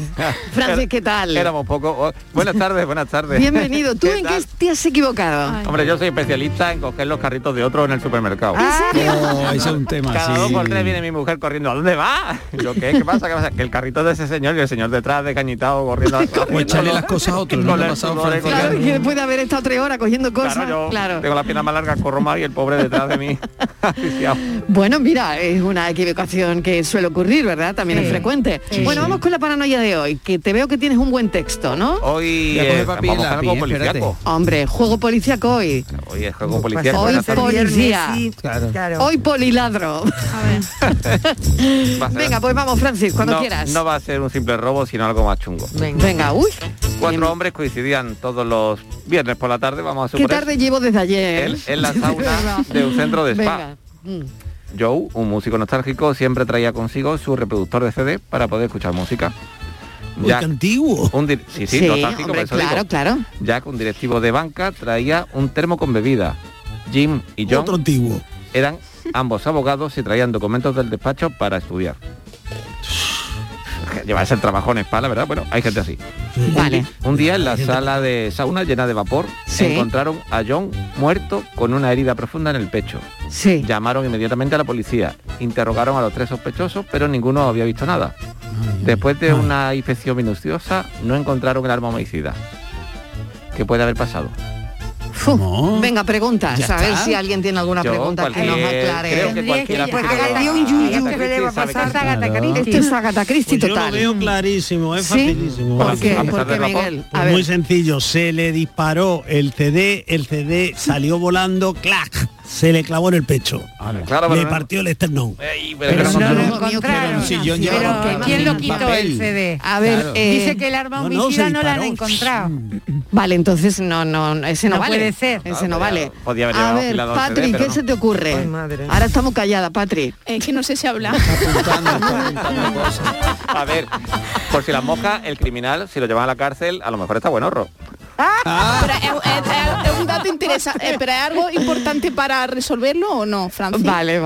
Francis, ¿qué tal?
Ah, Éramos poco. oh, Buenas tardes, buenas tardes.
Bienvenido. ¿Tú
¿Qué
en
tal?
qué te has equivocado?
Hombre, yo soy especialista en coger los carritos de otro en el supermercado.
Oh, ese es un tema,
Cada dos
sí.
por tres viene mi mujer corriendo. ¿A dónde va? Yo, ¿qué? ¿Qué pasa? ¿Qué pasa? Que el carrito de ese señor y el señor detrás de cañitado corriendo. O echarle las cosas a otro. ¿no? Ha pasado
Claro, que después de haber estado tres horas cogiendo cosas, claro.
Tengo la pierna más larga, corro más y el pobre detrás de mí. asfixiado.
Bueno, mira, es una equivocación que suele ocurrir, ¿verdad? También es frecuente. bueno, vamos con la paranoia de hoy, que te veo que tienes un buen texto, ¿no?
Hoy
Ya coge
eh,
papel y
vamos a
lápiz,
algo
eh, espérate.
policíaco.
Hombre, juego policíaco hoy.
Hoy es juego
Pues
policíaco.
hoy
buenas tardes.
policía. Hoy poliladro.
Va a ser-
Venga, pues vamos, Francis, cuando
no,
quieras.
No va a ser un simple robo, sino algo más chungo.
Venga, uy,
Cuatro hombres coincidían todos los viernes por la tarde, vamos a
qué
suponer,
tarde llevo desde ayer.
en, en la sauna de un centro de spa.
Venga. Mm.
Joe, un músico nostálgico, siempre traía consigo su reproductor de CD para poder escuchar música.
Uy, qué antiguo.
Un dir- sí, sí,
Sí,
nostálgico,
hombre,
por eso digo.
claro, claro.
Jack, un directivo de banca, traía un termo con bebida. Jim y John eran ambos abogados y traían documentos del despacho para estudiar. Llevarse el trabajo en spa, la verdad, bueno, hay gente así.
Vale.
Un día en la sala de sauna llena de vapor
Sí.
encontraron a John muerto con una herida profunda en el pecho. Llamaron inmediatamente a la policía, interrogaron a los tres sospechosos, pero ninguno había visto nada. Después de una inspección minuciosa, no encontraron el arma homicida. que puede haber pasado?
Venga, preguntas,
Ya
a ver
está.
si alguien tiene alguna
Yo,
pregunta que nos
cualquier-
aclare.
creo que
Tendría
cualquiera
que-
persona-
Agatha-
Había un yuyu
Agatha
que le va a
Christie sabe
pasar.
que- Agatha
Claro.
Christie. Esto es Agatha Christie
Pues yo
total.
lo veo clarísimo, es
¿Sí?
facilísimo.
¿Por qué? ¿Por qué, Miguel? A
Pues
ver.
Muy sencillo, se le disparó el CD, el CD salió volando, clac, se le clavó en el pecho.
Claro,
le
pero no-
partió el esternón.
pero
no lo
encontraron. Pero que ¿quién lo quitó el CD?
A ver, eh,
dice que el arma
no, no,
homicida
se
no, la han
disparó.
encontrado.
Vale, entonces no, no, no, ese no,
No
vale.
puede ser.
Ese no
Ah,
vale.
podía haber
a
llevado
ver,
afilado el CD,
Patri,
pero
¿qué
no.
se te ocurre?
Ay,
Ahora estamos calladas, Patri.
Es que no sé si hablar.
A ver, por si las mojas, el criminal, si lo llevan a la cárcel, a lo mejor está buen horro.
Ah.
Ah.
Pero es, es- es un dato interesante. eh, ¿Pero es algo importante para resolverlo o no, Francis?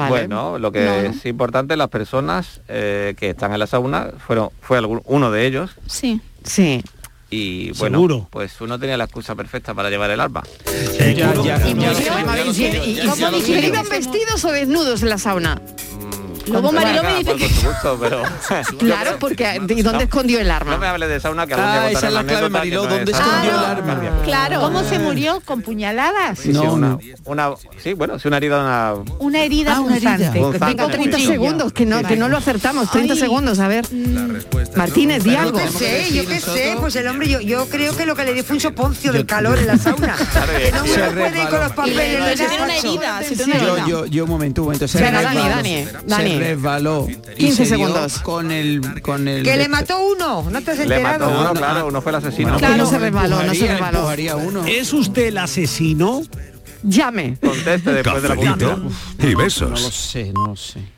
Bueno, lo que es importante, las personas eh, que están en la sauna, fueron, fue algún- uno de ellos,
Sí.
Sí.
y bueno,
Seguro.
pues uno tenía la excusa perfecta para llevar el arma.
¿Cómo dije? ¿Iban vestidos o desnudos en la sauna?
Mm.
Luego Mariló me dice
que...
Claro, porque ¿y dónde escondió el arma?
No me hables de sauna, que algún día
Ah, esa
contaré
es la clave,
anécdota que
Mariló,
no es
¿dónde
esa.
escondió
Ah,
el arma?
Claro. ¿Cómo se murió? ¿Con puñaladas?
Sí, sí, una, una- sí, bueno, sí, una herida, una...
Una herida
Ah, una herida.
punzante.
Punzante.
Tengo 30
Cuchillo.
segundos, que no, que no lo acertamos. 30
Ay.
segundos, a ver. Martínez, di
Pero
algo.
Yo qué sé, yo qué sé, pues el hombre, yo, yo creo que lo que le dio fue un soponcio del calor en la sauna. que no uno puede ir con los papeles en el
Se tiene una
despacho.
herida, se tiene una
Yo,
herida.
yo, yo un momento, un momento. Se
Venga, Dani,
resbaló,
Dani,
se
Dani.
resbaló.
15
y se dio
segundos.
Con el... Con el
Que le mató uno, no te has
Le mató
enterado.
uno, claro, uno fue el asesino.
Claro. No se
resbaló, no se resbaló.
¿Es usted el asesino?
Llame.
Conteste después de la
Cafelito
publicidad.
y besos.
No lo sé, no lo sé.